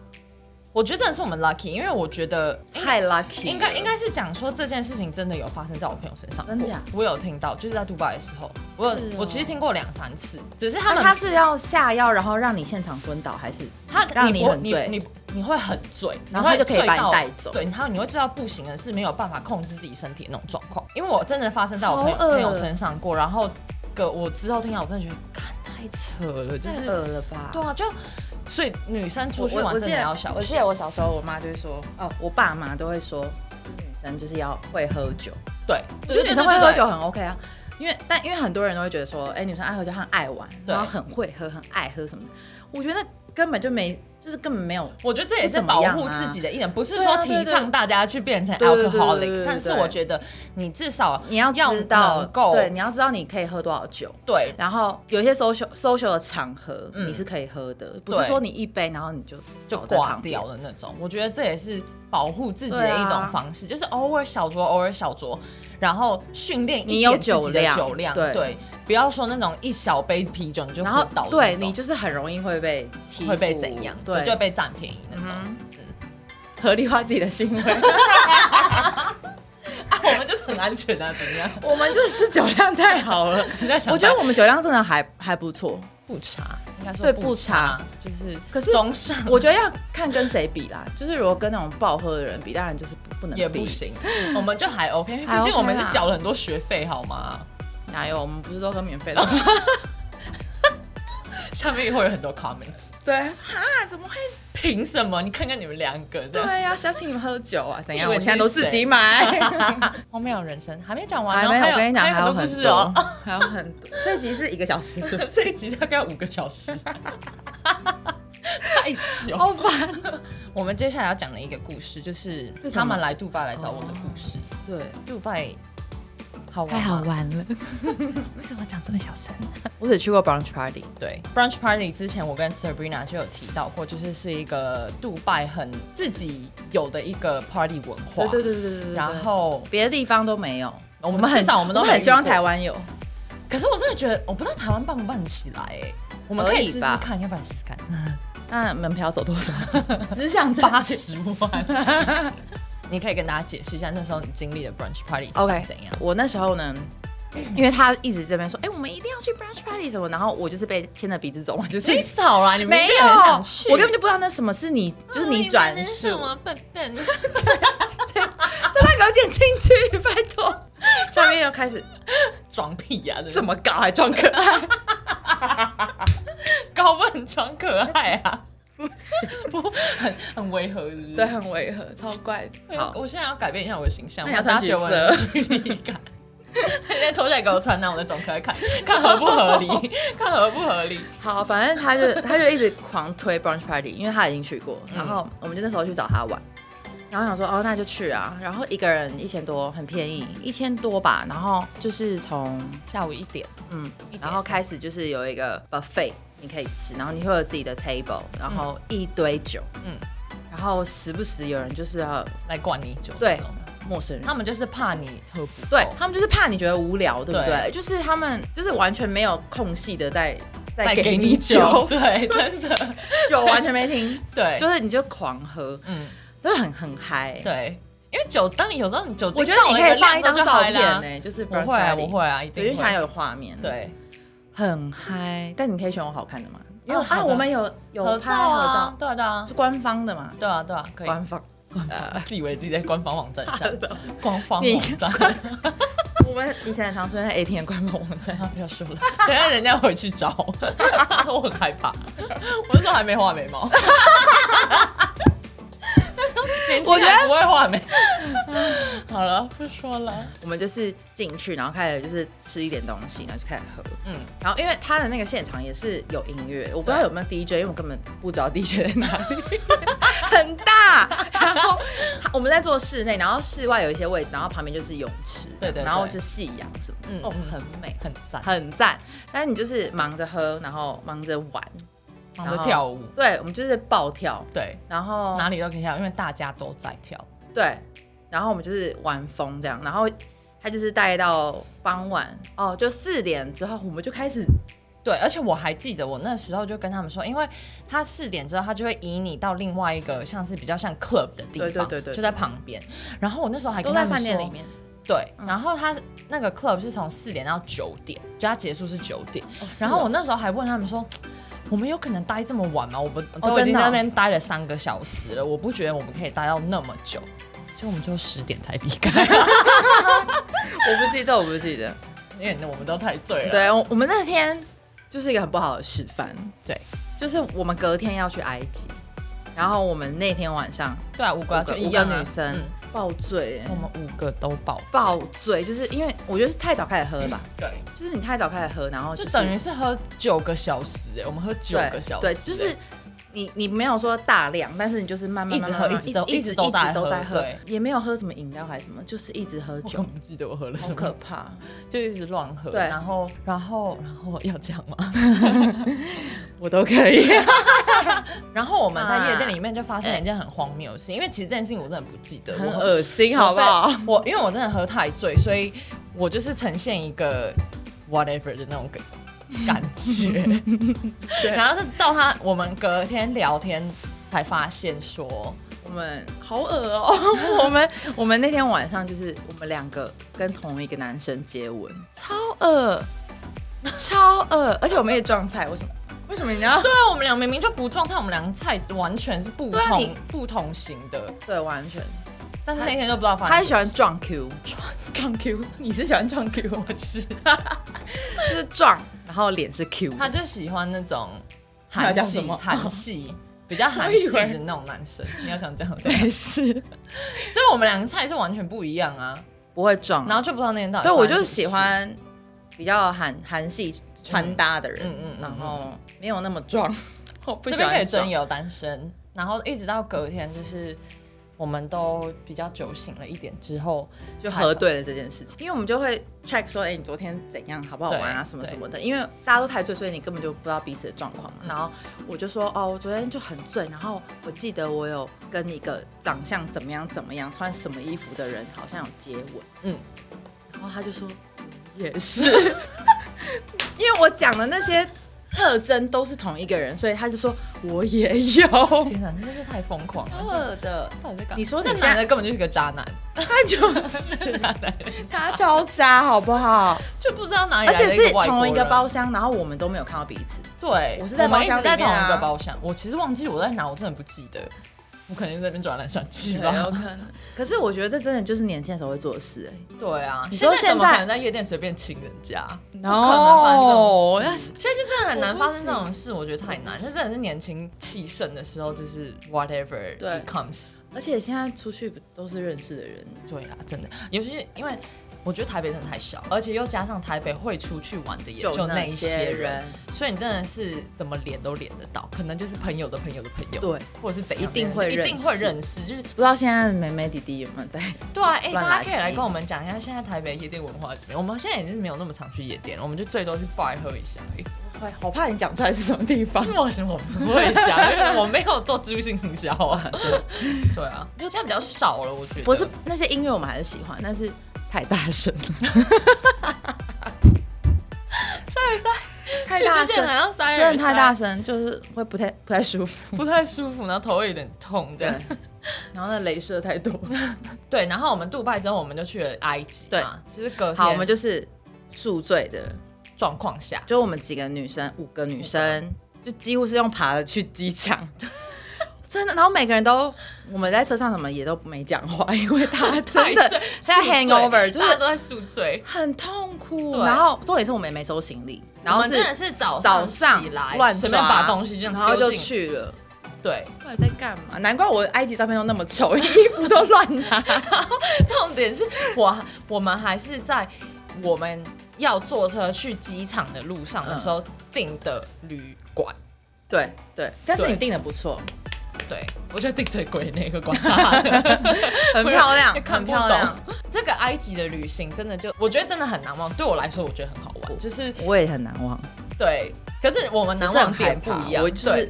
A: 我觉得真的是我们 lucky，因为我觉得
B: 太 lucky，
A: 应该应
B: 该
A: 该是讲说这件事情真的有发生在我朋友身上过，
B: 真假
A: 我有听到，就是在杜拜的时候，我有、
B: 是哦啊
A: 我其实听过两三次，只是他
B: 那
A: 们
B: 他是要下药，然后让你现场昏倒，还是
A: 他
B: 让
A: 你
B: 你
A: 不
B: 很醉
A: 你你你会很醉，
B: 然后他
A: 你会
B: 就可以把你
A: 醉到
B: 带走
A: 对，然后你会知道不行的是没有办法控制自己身体的那种状况，因为我真的发生在我朋友
B: 好恶
A: 朋友身上过，然后个我之后听到我真的觉得，干太扯了，就
B: 太
A: 是
B: 饿了吧？
A: 对啊，就所以女生出
B: 我
A: 去
B: 我
A: 玩
B: 我
A: 真
B: 记
A: 的
B: 得
A: 要小
B: 我记
A: 心，
B: 得我小时候，我妈就会说，哦，我爸妈都会说，女生就是要会喝酒。
A: 对，
B: 我
A: 对
B: 觉得
A: 对
B: 女生
A: 对
B: 会
A: 对
B: 喝酒很 OK 啊，因为但因为很多人都会觉得说，哎、女生爱喝酒，她很爱玩，
A: 对
B: 然后很会喝，很爱喝什么的。我觉得那根本就没，就是根本没有。
A: 我觉得这也是保护自己的一点，不是说提倡大家去变成
B: 啊对啊对对
A: alcoholic，
B: 对
A: 但是我觉得你至少
B: 你要知道
A: 能，够
B: 对，你要知道你可以喝多少酒，
A: 对
B: 然后有一些 social social 的场合、
A: 嗯
B: 你是可以喝的，不是
A: 对
B: 说你一杯然后你就
A: 就
B: 倒在
A: 挂
B: 旁边
A: 掉的那种。我觉得这也是保护自己的一种方
B: 啊
A: 式，就是偶尔小酌，偶尔小酌，然后训练一
B: 你有
A: 点
B: 酒
A: 自己的
B: 量
A: 酒量，
B: 对
A: 对，不要说那种一小杯啤酒你就
B: 然
A: 喝
B: 后
A: 倒的
B: 对
A: 那种，
B: 你就是很容易会被欺负，
A: 会被怎样？
B: 对，
A: 就会被占便宜那种。嗯
B: 嗯 *laughs* 合理化自己的行 *laughs* 为。
A: 啊，我们就是很安全啊，怎么样？
B: 我们就是酒量太好了，
A: 你在想
B: 我觉得我们酒量真的还还不错。
A: 不差，应该说
B: 对
A: 不
B: 不差
A: 差，就是
B: 可是
A: 中上
B: 我觉得要看跟谁比啦，就是如果跟那种暴喝的人比，当然就是不不能比。
A: 也不行，我们就 *laughs* 还 OK，因为
B: 还
A: 毕竟
B: OK
A: 我们是
B: 啦
A: 缴了很多学费，好吗？
B: 哪有？我们不是都喝
A: *laughs*
B: 免费的吗？
A: 下面也会有很多 comments，
B: 对，他说啊，怎么会？
A: 凭什么？你看看你们两个
B: 对
A: 的，
B: 呀、啊，想请你们喝酒啊？怎样？
A: 你以为
B: 我
A: 你
B: 现在都
A: 是谁
B: 自己买。
A: 荒谬人生还没讲完，
B: 啊还
A: 然后
B: 没有，
A: 还
B: 我跟你讲，
A: 还
B: 还有
A: 有
B: 很
A: 故事
B: 多
A: 哦。，
B: *laughs* 还有很多。这集是一个小时，是不是？
A: *laughs* 这一集大概五个小时， *laughs* 太久。
B: *laughs* 好烦。
A: 哦 *laughs* 我们接下来要讲的一个故事，就是哦
B: 是什么
A: 他们来杜拜来找我的故事。
B: *laughs* 对，
A: 杜拜好玩，
B: 太好。玩 *laughs* 了。
A: 为什么讲这么小声？
B: 我只去过 brunch party，
A: 对，brunch party 之前我跟 Sabrina 就有提到过，就是是一个杜拜很自己有的一个 party 文化。
B: 对对对对对对。
A: 然后
B: 别的地方都没有，
A: 我
B: 我
A: 们
B: 们很
A: 至少我们都
B: 很希望
A: 没遇过
B: 台，湾有。
A: 可是我真的觉得我不知道台湾办不办起来哎，我们可
B: 可
A: 以
B: 以
A: 试试
B: 吧
A: 看，要不然试试看
B: 那门票走多少？ *laughs* 只想赚
A: 八
B: *laughs*
A: 十万。 *laughs* 你可以跟大家解释一下那时候你经历的 brunch party 是
B: OK
A: 长怎样？
B: 我那时候呢，因为他一直这边说，哎、我们一定要去 brunch party 什么，然后我就是被牵着鼻子走，我就是
A: 谁少啦？你们
B: 没
A: 就
B: 有
A: 很想，去，
B: 我根本就不知道那什么是你，就是你转述，
A: 笨笨？ *laughs*
B: 这他给我剪进去， *laughs* 拜托。下面又开始
A: 装屁呀、这
B: 这么搞还装可爱，
A: 高笨装可爱啊？不，很很违和，是不是？
B: 对，很违和，超怪的。
A: 哎
B: 好，
A: 我现在要改变一下我的形象，我
B: 那你要
A: 大家
B: 穿
A: 觉得我
B: 橘
A: 有距离感。 *laughs* 那件拖鞋给我穿，啊那我再总可以看看合不合理，看合不合理。
B: 好，反正他就 *laughs* 他就一直狂推 brunch party，因为他已经去过，然后我们就那时候去找他玩，然后想说哦那就去啊，然后一个人一千多，很便宜，一千多吧，然后就是从
A: 下午一点，
B: 嗯
A: 一，点
B: 然后开始就是有一个 buffet 你可以吃，然后你会有自己的 table，然后一堆酒，
A: 嗯，
B: 然后时不时有人就是要
A: 来灌你酒。
B: 对
A: 这种的
B: 陌生人
A: 他。们就是怕你喝不够
B: 对他们就是怕你觉得无聊，对不对？
A: 哦对
B: 就是他们就是完全没有空隙的在
A: 再
B: 在
A: 给
B: 你
A: 你酒，
B: 酒， *laughs*
A: 对，真的，
B: 酒完全没停，
A: *laughs* 对，
B: 就是你就狂喝，
A: 嗯，
B: 就是很很嗨。
A: 对，因为酒，当你有时候你酒精，
B: 我觉得你可以放一张照片欸呢、
A: 呢，
B: 就是
A: 我
B: brunch
A: 会啊，
B: party
A: 我会，啊，一
B: 对，
A: 定
B: 就想
A: 会。
B: 有画面，，
A: 对，
B: 很嗨。但你可以选我好看的嘛，因为
A: 哦好
B: 啊，
A: 的
B: 我们有有
A: 合
B: 拍
A: 照
B: 合
A: 啊
B: 照，，
A: 对啊，对啊
B: 就，官方的嘛，
A: 对啊，对啊，可以。呃
B: 官方。
A: 自以为自己在官方网站上，官方
B: 你
A: 网站，
B: 我们以前很常出现在 A 片官方网站，
A: 啊不要说了， *laughs* 等一下人家回去找， *laughs* 我很害怕。我那时候还没画眉毛，那 *laughs* 时候年轻
B: 我觉得
A: 还不会画眉。 *laughs* 好了，不说了。
B: 我们就是进去，然后开始就是吃一点东西，然后就开始喝。
A: 嗯，
B: 然后因为他的那个现场也是有音乐，我不知道有没有 DJ，因为我根本不知道 DJ 在哪里，
A: *laughs*
B: 很大。然后我们在做室内，然后室外有一些位置，然后旁边就是泳池，
A: 对对对
B: 然后就夕阳什么的，
A: 嗯
B: 哦
A: 嗯，
B: 很美，
A: 很赞，
B: 很赞。但是你就是忙着喝，然后忙着玩，
A: 忙着跳舞，
B: 对我们就是暴跳，
A: 对，
B: 然后
A: 哪里都可以跳，因为大家都在跳。
B: 对，然后我们就是玩疯这样，然后他就是带到傍晚哦，就四点之后我们就开始
A: 对，而且我还记得我那时候就跟他们说，因为他四点之后，他就会引你到另外一个像是比较像 club 的地方，
B: 对对对对
A: 就在旁边。然后我那时候还
B: 都
A: 跟
B: 在
A: 他们
B: 饭
A: 说，
B: 店里面，
A: 对，然后他那个 club 是从四点到九点，就他结束哦是啊九点。然
B: 然
A: 后
B: 后
A: 我
B: 我
A: 那时候还问他们说，我们有可能待这么晚吗？我们
B: 哦
A: 都已
B: 真
A: 经
B: 的哦
A: 在那边待了三个小时了，我不觉得我们可以待到那么久。 *laughs* 就我们就十点才离开，
B: 我不记得，我不记得，
A: 因为我们都太醉了。
B: 对我我们那天就是一个很不好的示范，
A: 对，
B: 就是我们隔天要去埃及，然后我们那天晚上
A: 对啊，五个啊
B: 五个
A: 就一样
B: 五个
A: 啊
B: 女生
A: 嗯
B: 爆醉耶
A: 我，们五个都爆
B: 爆醉，就是因为我觉得是太早开始喝了吧，
A: 嗯对。
B: 就是你太早开始喝，然后
A: 就是等于是喝九个小时哎、我们喝九
B: 对
A: 个小时、欸
B: 对，就是你你没有说大量，但是你就是慢慢
A: 一直
B: 慢慢
A: 喝
B: 慢
A: 一直都
B: 一
A: 一直都在
B: 一直都
A: 喝
B: 在喝
A: 对，
B: 也没有喝什么饮料还是什么，就是一直喝
A: 我
B: 酒
A: 根，本不记得我喝了
B: 好
A: 什
B: 可
A: 么，
B: 怕。
A: 就一直乱喝。
B: 对
A: 然后，然后，然后要讲
B: *laughs*
A: 吗？
B: 我都可 *laughs* 以，
A: 然后我们在夜店里面就发生了一件很荒谬的事，因为其实这件事情我真的不记得，
B: 很
A: 我喝
B: 恶心，好不好？？
A: 我因为我真的喝太醉，所以我就是呈现一个 whatever 的那种感感觉。
B: *laughs* 对
A: 然后是到他我们隔天聊天才发现说，
B: 我们好恶哦、 *laughs* 我们我们那天晚上就是我们两个跟同一个男生接吻，超恶，超恶，而且我们也撞菜，为什么？为什么你要
A: 对啊，我们俩明明就不撞菜，我们俩菜完全是不
B: 对啊
A: 同、
B: 你
A: 不同型的，
B: 对完全？
A: 但是那天就不知道发生。
B: 他喜欢撞 Q，
A: 撞 Q，你是喜欢撞 Q，我是，
B: 就是撞，然后脸是 Q，
A: *laughs* 他就喜欢那种
B: 那
A: 韩
B: 叫什
A: 系
B: 么哦
A: 韩系。比较韩
B: 我以
A: 系
B: 为
A: 的那种男生，你要想这样
B: *laughs*
A: 对，
B: 没事，
A: *laughs* 所以我们两个菜是完全不一样啊，
B: 不会撞啊。
A: 然后就不知道那天到底。
B: 对，我就是喜，欢比较韩韩系穿搭的人，
A: 嗯嗯嗯，
B: 然
A: 然后
B: 后没有那么壮。我不
A: 这
B: 喜
A: 边
B: 欢
A: 可以
B: 壮
A: 真有单身，然后一直到隔天就是我们都比较酒醒了一点之后，
B: 就核
A: *laughs*
B: 对了这件事情，因为我们就会 check 说，哎、你昨天怎样，好不好玩啊，
A: 对嗯
B: 什么什么的。因为大家都太醉，所以你根本就不知道彼此的状况嘛。然后我就说，哦，我昨天就很醉，然后我记得我有跟一个长相怎么样怎么样、穿什么衣服的人好像有接吻，嗯
A: 嗯。
B: 然后他就说，也是， *laughs* 因为我讲的那些特征都是同一个人，所以他就说我也有。
A: 天哪，真的是太疯狂了。
B: 恶的，
A: 到底在干嘛
B: 你说
A: 那
B: 你现
A: 男
B: 在
A: 的根本就是个渣男，
B: 他
A: *laughs*
B: 就是他超渣，好不好？
A: 就不知道哪里哎
B: 而
A: 来
B: 且
A: 的一
B: 是
A: 个外国
B: 同
A: 人
B: 一个，包厢，然后我们都没有看到彼此。
A: 对，
B: 我是在包厢
A: 们一直在
B: 里
A: 同
B: 面啊
A: 一个包厢。我其实忘记我在哪，我真的不记得。我肯定在那边转来转去吧。
B: 可能。可是我觉得这真的就是年轻的时候会做的事、哎。
A: 对啊，
B: 你
A: 现
B: 说
A: 在怎么
B: 现在
A: 可能在夜店随便亲人家？
B: No，
A: 不可能发生这种事
B: 要
A: 现在就真的很难
B: 我不
A: 发生这种事，我觉得太难。那真的是年轻气盛的时候，就是 whatever
B: 对
A: it comes。
B: 而且现在出去不都是认识的人，
A: 对啦，真的，尤其是因为我觉得台北真的太小，而且又加上台北会出去玩的也就那
B: 那
A: 一
B: 些
A: 些人，，所以你真的是怎么连都连得到，可能就是朋友的朋友的朋友，
B: 对，
A: 或者是怎样的
B: 一定
A: 人
B: 会
A: 一
B: 认
A: 定会
B: 识
A: 认识，就是
B: 不知道现在的妹妹弟弟有没有在？
A: 对啊，哎、
B: 乱
A: 大
B: 来
A: 家可以来
B: 机
A: 跟我们讲一下现在台北夜店文化怎么样。我们现在也是没有那么常去夜店了，我们就最多去 bar 喝一下而已。
B: 会好怕你讲出来是什么地方。
A: *laughs* 为什么我不会讲？因为我没有做植入性行销啊。 *laughs* 对啊，因为现在比较少了，我觉得。
B: 不是那些音乐我们还是喜欢，但是太大声了。
A: *laughs*
B: 塞太
A: 去
B: 大
A: 之
B: 声
A: 前好，像塞耳
B: 真的太大
A: 塞，
B: 声，就是会不太不太舒服。
A: 不太舒服，然后头会有点痛这
B: 对
A: 样。，
B: 然后那镭射太
A: *laughs*
B: 多。
A: 对，然后我们杜拜之后，我们就去了埃及嘛，就是隔天
B: 好，我们就是宿醉的，
A: 状况下，
B: 就我们几个女生，五个女生，就几乎是用爬的去机场。 *laughs* 真的，然后每个人都我们在车上什么也都没讲话，因为他
A: 太醉
B: 真的在
A: 宿醉
B: hangover，就
A: 大家
B: 是
A: 都在宿醉。
B: 很痛苦。
A: 对
B: 然后重点是我们也没收行李，然
A: 我
B: 后
A: 们
B: 是
A: 真的是早
B: 早
A: 上
B: 上
A: 起来
B: 乱
A: 随便
B: 抓
A: 把东西这样
B: 然后
A: 丢
B: 就
A: 进
B: 去了。
A: 对，
B: 到底在干嘛？难怪我埃及照片都那么丑， *laughs* 衣服都乱
A: *laughs*
B: 拿。
A: 重点是我我们还是在我们要坐车去机场的路上
B: 嗯
A: 的时候订的旅馆。
B: 对对，但是
A: 对
B: 你订的不错，
A: 对，我觉得订最贵那个馆，很
B: *laughs* 很漂亮，
A: *laughs* 看
B: 很
A: 不
B: 漂亮。
A: 懂。这个埃及的旅行真的就，我觉得真的很难忘。对我来说，我觉得很好玩，就是
B: 我也很难忘，
A: 对。可是我们难忘点不一样，
B: 我就
A: 对
B: 是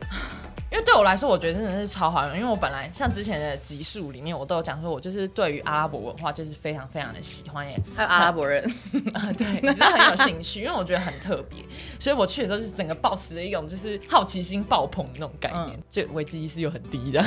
A: 因为对我来说，我觉得真的是超好用。因为我本来像之前的集数里面，我都有讲说，我就是对于阿拉伯文化就是非常非常的喜欢， *laughs* 也
B: 还有阿拉伯人，
A: 啊，
B: *laughs*
A: 对，你真的很有兴趣，因为我觉得很特别，所以我去的时候就是整个抱持了一种就是好奇心爆棚的那种概念，就危机意识又很低 *laughs* 的。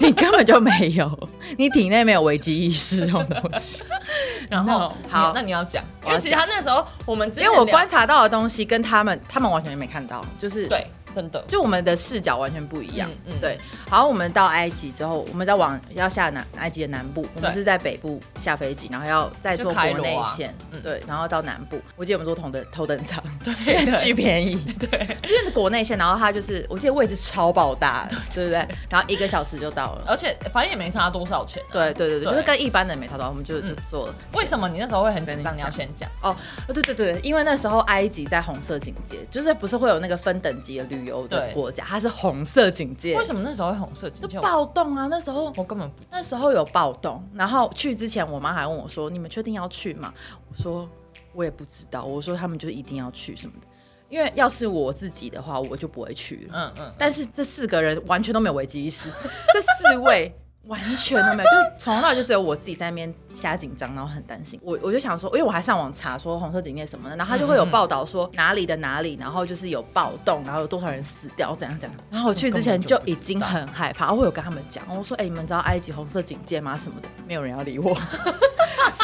B: 你根本就没有，你体内没有危机意识这种东西。
A: *laughs* 然后
B: No，好
A: 那你要讲，
B: 我
A: 因
B: 要
A: 为其实他那时候我们之
B: 因
A: 前
B: 为我
A: 聊
B: 观察到的东西跟他们，他们完全没看到，就是，
A: 对真的
B: 就我们的视角完全不一样。
A: 嗯嗯
B: 对，好，我们到埃及之后，我们再往要下南埃及的南部，我们
A: 对
B: 是在北部下飞机，然后要再
A: 就
B: 坐国
A: 开罗
B: 内
A: 啊
B: 线，
A: 嗯
B: 对，然后到南部。我记得我们坐同的头等舱，
A: 对
B: *laughs*
A: *laughs* 对
B: 巨便宜，
A: 对，
B: 就是国内线，然后它就是我记得位置超爆大，对不对？然后一个小时就到了。
A: 而且反正也没差多少钱、啊。
B: 对对对对，
A: 对
B: 就是跟一般的没差多少，我们就就
A: 嗯
B: 做了。
A: 为什么你那时候会很紧
B: 跟
A: 张？
B: 你
A: 你
B: 讲
A: 要先讲，
B: 哦，对对对，因为那时候埃及在红色警戒，就是不是会有那个分等级的旅游的
A: 对
B: 国家，它是红色警戒。
A: 为什么那时候会红色警戒
B: 就？暴动啊？那时候
A: 我根本不
B: 那时候有暴动，然后去之前，我妈还问我说：“你们确定要去吗？”我说：“我也不知道。”我说：“他们就是一定要去什么的，因为要是我自己的话，我就不会去了。”
A: 嗯嗯，
B: 但是这四个人完全都没有危机意识， *laughs* 这四位完全都没有，就从头到尾就只有我自己在那边瞎紧张，然后很担心。我我就想说，因为我还上网查说红色警戒什么的，然后他就会有报道说哪里的哪里，然后就是有暴动，然后有多少人死掉，怎样怎样。然后我去之前就已经很害怕，哦我有跟他们讲，我说：“哎、你们知道埃及红色警戒吗？什么的，没有人要理我。” *laughs*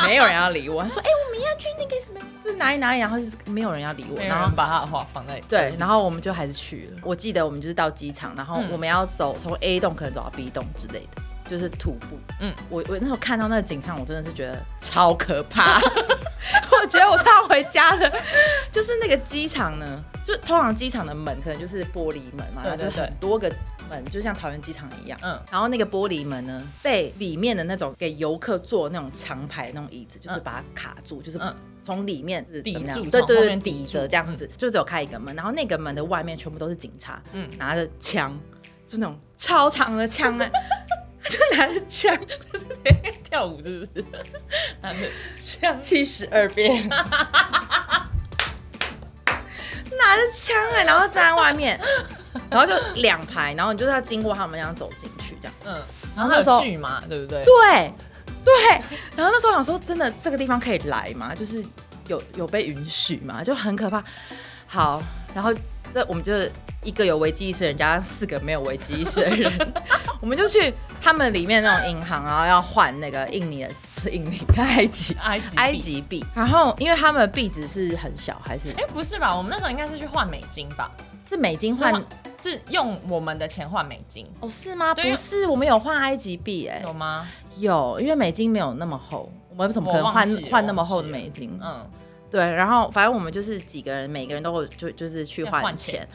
B: 没有人要理我，他说：“哎、我们要去那个什么，就是哪里哪里，然后就是没有人要理我，
A: 没有
B: 然后
A: 人把他的话放在
B: 对，然后我们就还是去了。我记得我们就是到机场，然后
A: 嗯
B: 我们要走从 A 栋可能走到 B 栋之类的，就是徒步。
A: 嗯
B: 嗯，我我那时候看到那个景象，我真的是觉得超可
A: *laughs*
B: 怕，我觉得我差点回家了。就是那个机场呢，就通常机场的门可能就是玻璃门嘛，
A: 对
B: 然后就
A: 对对
B: 很多个门，就像桃园机场一样。
A: 嗯
B: 然后那个玻璃门呢，被里面的那种给游客坐那种长排那种椅子，就是
A: 嗯
B: 把它卡住，就是
A: 嗯
B: 从里面是
A: 抵
B: 怎么样
A: 住
B: 对
A: 从
B: 对
A: 后
B: 对，
A: 面
B: 抵
A: 抵
B: 着
A: 住
B: 这样子，就只有开一个门，然后那个门的外面全部都是警察，
A: 嗯，
B: 拿着枪，就那种超长的枪
A: *laughs*
B: 哎、就拿着枪，
A: 跳舞是不是？
B: 嗯
A: 他是这样
B: 七十二变，拿着枪哎、然后站在外面，然后就两排，然后你就是要经过他们，这样走进去这样。
A: 嗯，
B: 然
A: 然
B: 后
A: 后
B: 那
A: 还
B: 时候
A: 有剧嘛，对不对？
B: 对对，然后那时候想说，真的这个地方可以来吗？就是有有被允许吗？就很可怕。好，然后这我们就是一个有危机意识的人加上四个没有危机意识
A: *laughs*
B: 的人，我们就去他们里面那种银行，然后要换那个印尼的，不是印尼，埃及
A: *laughs* 埃及
B: 埃
A: 币
B: 及币。然后因为他们的币值是很小，还是
A: 哎、不是吧？我们那时候应该是去换美金吧？
B: 是美金
A: 是
B: 换
A: 换？是用我们的钱换美金，
B: 哦，是吗？
A: 对因
B: 不
A: 为
B: 是，我们有换埃及币哎、
A: 有吗？
B: 有，因为美金没有那么厚，我们怎么可
A: 我
B: 能
A: 忘
B: 换
A: 记了
B: 换那么厚的
A: 我忘
B: 美金？
A: 嗯，
B: 对，然后反正我们就是几个人，每个人都有就就是去
A: 要
B: 换
A: 换
B: 钱，
A: 钱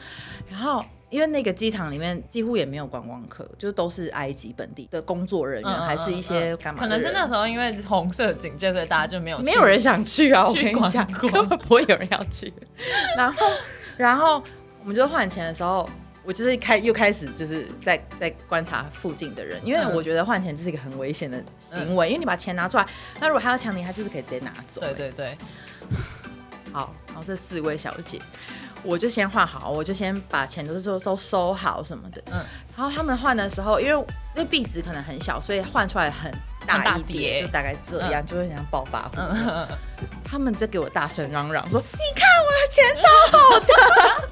B: 然后。因为那个机场里面几乎也没有观光客，就是都是埃及本地的工作人员，
A: 嗯嗯
B: 还是一些
A: 嗯
B: 干嘛
A: 可
B: 的人、
A: 能是那时候因为红色警戒，所以大家就没有
B: 没有人
A: 去
B: 想去啊，我
A: 去
B: 跟你
A: 观
B: 讲，
A: 光
B: 根本不会有人要去。然后，然后我们就换钱的时候，我就是开又开始就是在在观察附近的人，因为
A: 嗯
B: 我觉得换钱这是一个很危险的行为，因为你把钱拿出来，那如果他要抢你，他就是可以直接拿走。欸
A: 对对对，
B: 好，然后这四位小姐，我就先换好，我就先把钱都是说都收好什么的。
A: 嗯
B: 然后他们换的时候，因为因为币值可能很小，所以换出来很
A: 很
B: 大
A: 大
B: 一
A: 叠
B: 叠，就大概这样，就会很像暴发户。
A: 嗯嗯嗯
B: 他们在给我大声嚷嚷说：“你看我的钱超好的！”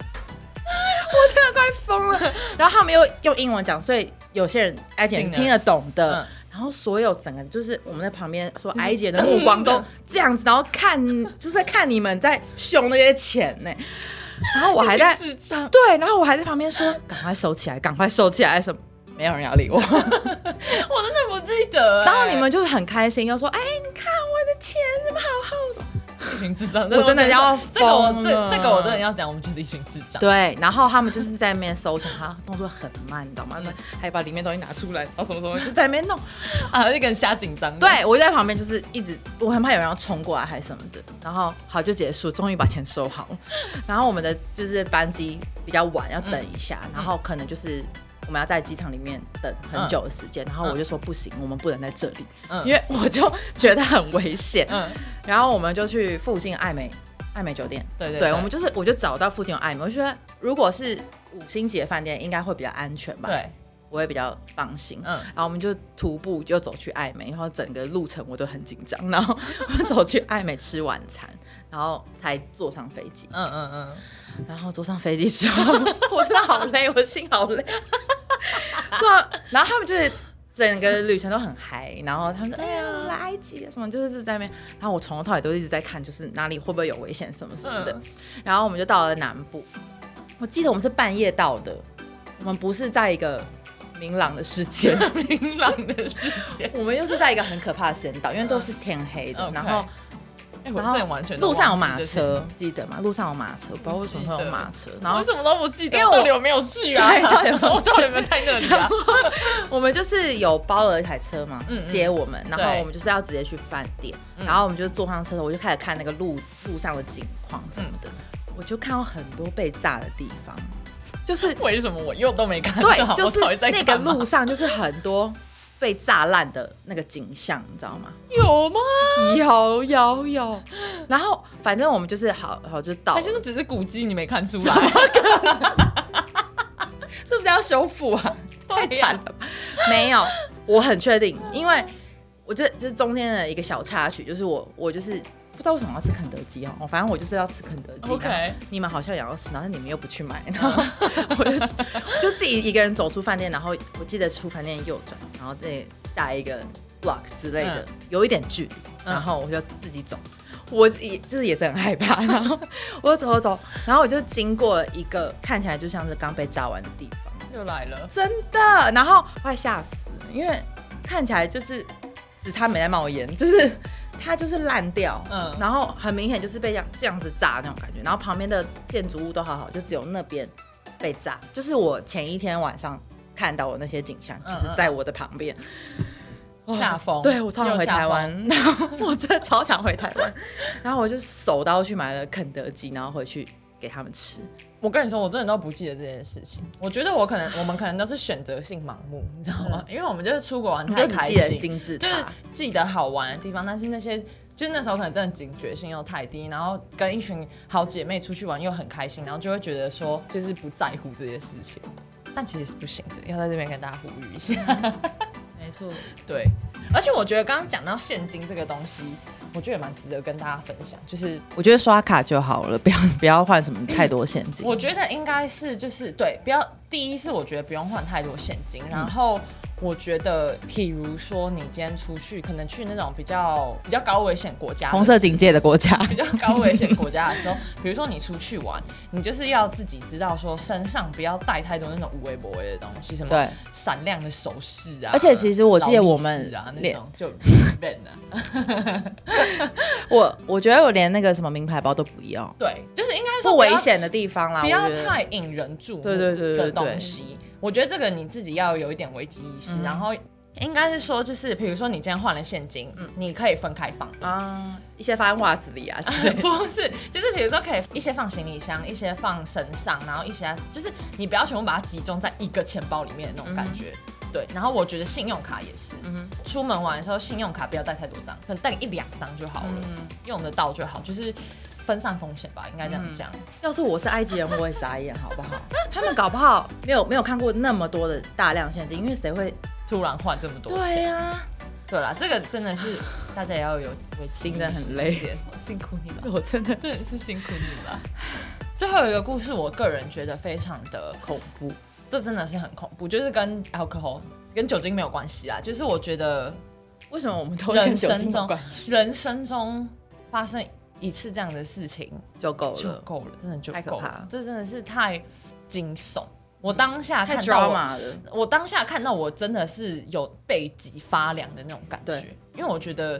B: *laughs* 我真的快
A: *laughs*
B: 疯了。然后他们又用英文讲，所以有些人埃及人是
A: 听
B: 听
A: 得
B: 得懂的。
A: 嗯
B: 然后所有整个就是我们在旁边说埃及人的
A: 真的
B: 目光都这样子，然后看 *laughs* 就是在看你们在凶那些钱呢、然后我还在
A: 智障， *laughs*
B: 对，然后我还在旁边说：“赶快收起来，赶快收起来！”什么？没有人要理 *laughs* 我。
A: 我真的不记得欸。
B: *laughs* 然后你们就是很开心，又说：“哎，你看我的钱怎么好好。”
A: 一群智障，
B: 我真的要
A: 这个我
B: 疯
A: 这
B: 了
A: 这个我真的要讲，我们就是一群智障。
B: 对，然后他们就是在那边收钱，他动作很慢，你懂吗？他们还把里面东西拿出来，然后什么什么，就在那边弄。
A: *laughs* 啊，就跟瞎紧张。，
B: 对我就在旁边，就是一直我很怕有人要冲过来还是什么的。然后好就结束，终于把钱收好了。然后我们的就是班机比较晚，要等一下，
A: 嗯
B: 然后可能就是。我们要在机场里面等很久的时间，然后我就说不行，我们不能在这里，
A: 嗯
B: 因为我就觉得很危险。
A: 嗯，
B: 然后我们就去附近爱美爱美酒店，
A: 对对
B: 对
A: 对
B: 我们就是我就找到附近有爱美，我就觉得如果是五星级的饭店应该会比较安全吧，，
A: 对，
B: 我会比较放心。
A: 嗯
B: 然后我们就徒步就走去爱美，然后整个路程我都很紧张，然后我们走去爱美吃晚餐，然后才坐上飞机。
A: 嗯嗯嗯，
B: 然后坐上飞机之
A: *laughs*
B: 后，我真的好累，我心好累。 *laughs* 坐上，然后他们就是整个旅程都很嗨，然后他们
A: 啊
B: 说：“哎呀，我们来埃及啊什么，就是在那边。”然后我从头到尾都一直在看，就是哪里会不会有危险什么什么的。
A: 嗯
B: 然后我们就到了南部，我记得我们是半夜到的，我们不是在一个明朗的时
A: *laughs*
B: 间。
A: 明朗的世
B: *laughs*
A: 界。
B: 我们又是在一个很可怕的时间到，因为都是天黑的，
A: 嗯
B: 然后
A: OK 哎，我
B: 然后
A: 真的完全都
B: 路上有
A: 忘记
B: 马
A: 这些，
B: 车，记得吗？路上有马车，不知道为什么会有马车。然后
A: 我什么都不记得，
B: 因为我
A: 到底有没有去啊？
B: 对到底有没有
A: 我到底有没有在那里啊？
B: 我们就是有包了一台车嘛，
A: 嗯嗯
B: 接我们，然后
A: 对
B: 我们就是要直接去饭店，
A: 嗯
B: 然后我们就坐上车头，我就开始看那个路路上的景况什么的，
A: 嗯
B: 我就看到很多被炸的地方，
A: *laughs*
B: 就是
A: 为什么我又都没看到？
B: 对，就是
A: 我到底在
B: 那个
A: 干嘛
B: 路上就是很多被炸烂的那个景象，你知
A: *laughs*
B: 道吗？
A: 有吗？
B: 有有有，然后反正我们就是好好就到
A: 还
B: 了，
A: 是
B: 是
A: 那只是古迹，你没看出来？
B: 不是要修复啊？太
A: *laughs* 对呀
B: 惨了吧！没有，我很确定，因为我这这中间的一个小插曲，就是我我就是不知道为什么要吃肯德基哦，反正我就是要吃肯德基。
A: OK
B: 然后你们好像也要吃，然后你们又不去买，然后我就就自己一个人走出饭店，然后我记得出饭店右转，然后再下一个 block 之类的，有一点距离，
A: 嗯
B: 然后我就自己走。我也就是也是很害怕，然后我走走走，然后我就经过了一个看起来就像是刚被炸完的地方，
A: 又来了，
B: 真的。然后快吓死了，因为看起来就是只差没在冒烟，就是它就是烂掉，
A: 嗯
B: 嗯，然后很明显就是被这样这样子炸那种感觉。然后旁边的建筑物都好好，就只有那边被炸。就是我前一天晚上看到的那些景象，
A: 嗯
B: 就是在我的旁边。哇
A: 下风
B: 对我超想回
A: 又下风
B: 台湾，然后我真的超想回台
A: *laughs*
B: 湾，然后我就手刀去买了肯德基，然后回去给他们吃。
A: 我跟你说，我真的都不记得这件事情。我觉得我可能，我们可能都是选择性盲目，你知道吗？因为我们就是出国玩
B: 嗯你
A: 太
B: 就只
A: 开
B: 记得
A: 心，
B: 金字塔，
A: 就是记得好玩的地方，但是那些就是那时候可能真的警觉性又太低，然后跟一群好姐妹出去玩又很开心，然后就会觉得说就是不在乎这些事情，但其实是不行的，要在这边跟大家呼吁一下。
B: *laughs* 没错。
A: 对，而且我觉得刚刚讲到现金这个东西，我觉得也蛮值得跟大家分享，就是
B: 我觉得刷卡就好了，不要不要换什么太多现金。
A: 我觉得应该是就是对，不要第一是我觉得不用换太多现金，然后我觉得，譬如说你今天出去，可能去那种比较比较高危险国家的时候，
B: 红色警戒的国家，
A: 比较高危险国家的时候，比如说你出去玩，你就是要自己知道说身上不要带太多那种无微不微的东西，什么
B: 对
A: 闪亮的首饰啊。
B: 而且其实我记得我们
A: 劳力士啊那
B: 连
A: 种就 ben 啊，
B: 我我觉得我连那个什么名牌包都不要，
A: 对，就是应该说
B: 不
A: 不要
B: 危险的地方啦，
A: 不要
B: 我觉得
A: 太引人注目
B: 对对对对
A: 的
B: 对
A: 东西。我觉得这个你自己要有一点危机意识，
B: 嗯
A: 然后应该是说，就是比如说你今天换了现金，你可以分开放。
B: 啊、一些放在袜子里啊之类
A: *laughs*
B: 的。
A: 不是，就是比如说可以一些放行李箱，一些放身上，然后一些就是你不要全部把它集中在一个钱包里面的那种感觉。对，然后我觉得信用卡也是，
B: 嗯
A: 出门玩的时候信用卡不要带太多张，可能带一两张就好了，
B: 嗯
A: 用得到就好，就是分散风险吧，应该这样讲。
B: 要是我是埃及人，我也傻眼，好不好？他们搞不好没有没有看过那么多的大量现金，因为谁会？
A: 突然换这么多钱，
B: 呀、
A: 对啦，这个真的是大家也要有危机
B: 心真的
A: 意
B: 很
A: 识
B: 累
A: 一点，辛苦你了。
B: 我真的
A: 真的是辛苦你了。最后一个故事，我个人觉得非常的恐怖，这真的是很恐怖，就是跟 alcohol 跟酒精没有关系啦，就是我觉得
B: 为什么我们都
A: 人
B: 跟酒
A: 生
B: 精有
A: 中
B: 关
A: 人生中发生一次这样的事情
B: 就够
A: 就
B: 了，
A: 够了，真的就
B: 太可
A: 够
B: 怕
A: 了
B: 了，
A: 这真的是太惊悚。我当下
B: 太
A: 看到我
B: drama 了。
A: 我当下看到我真的是有背脊发凉的那种感觉
B: 对，
A: 因为我觉得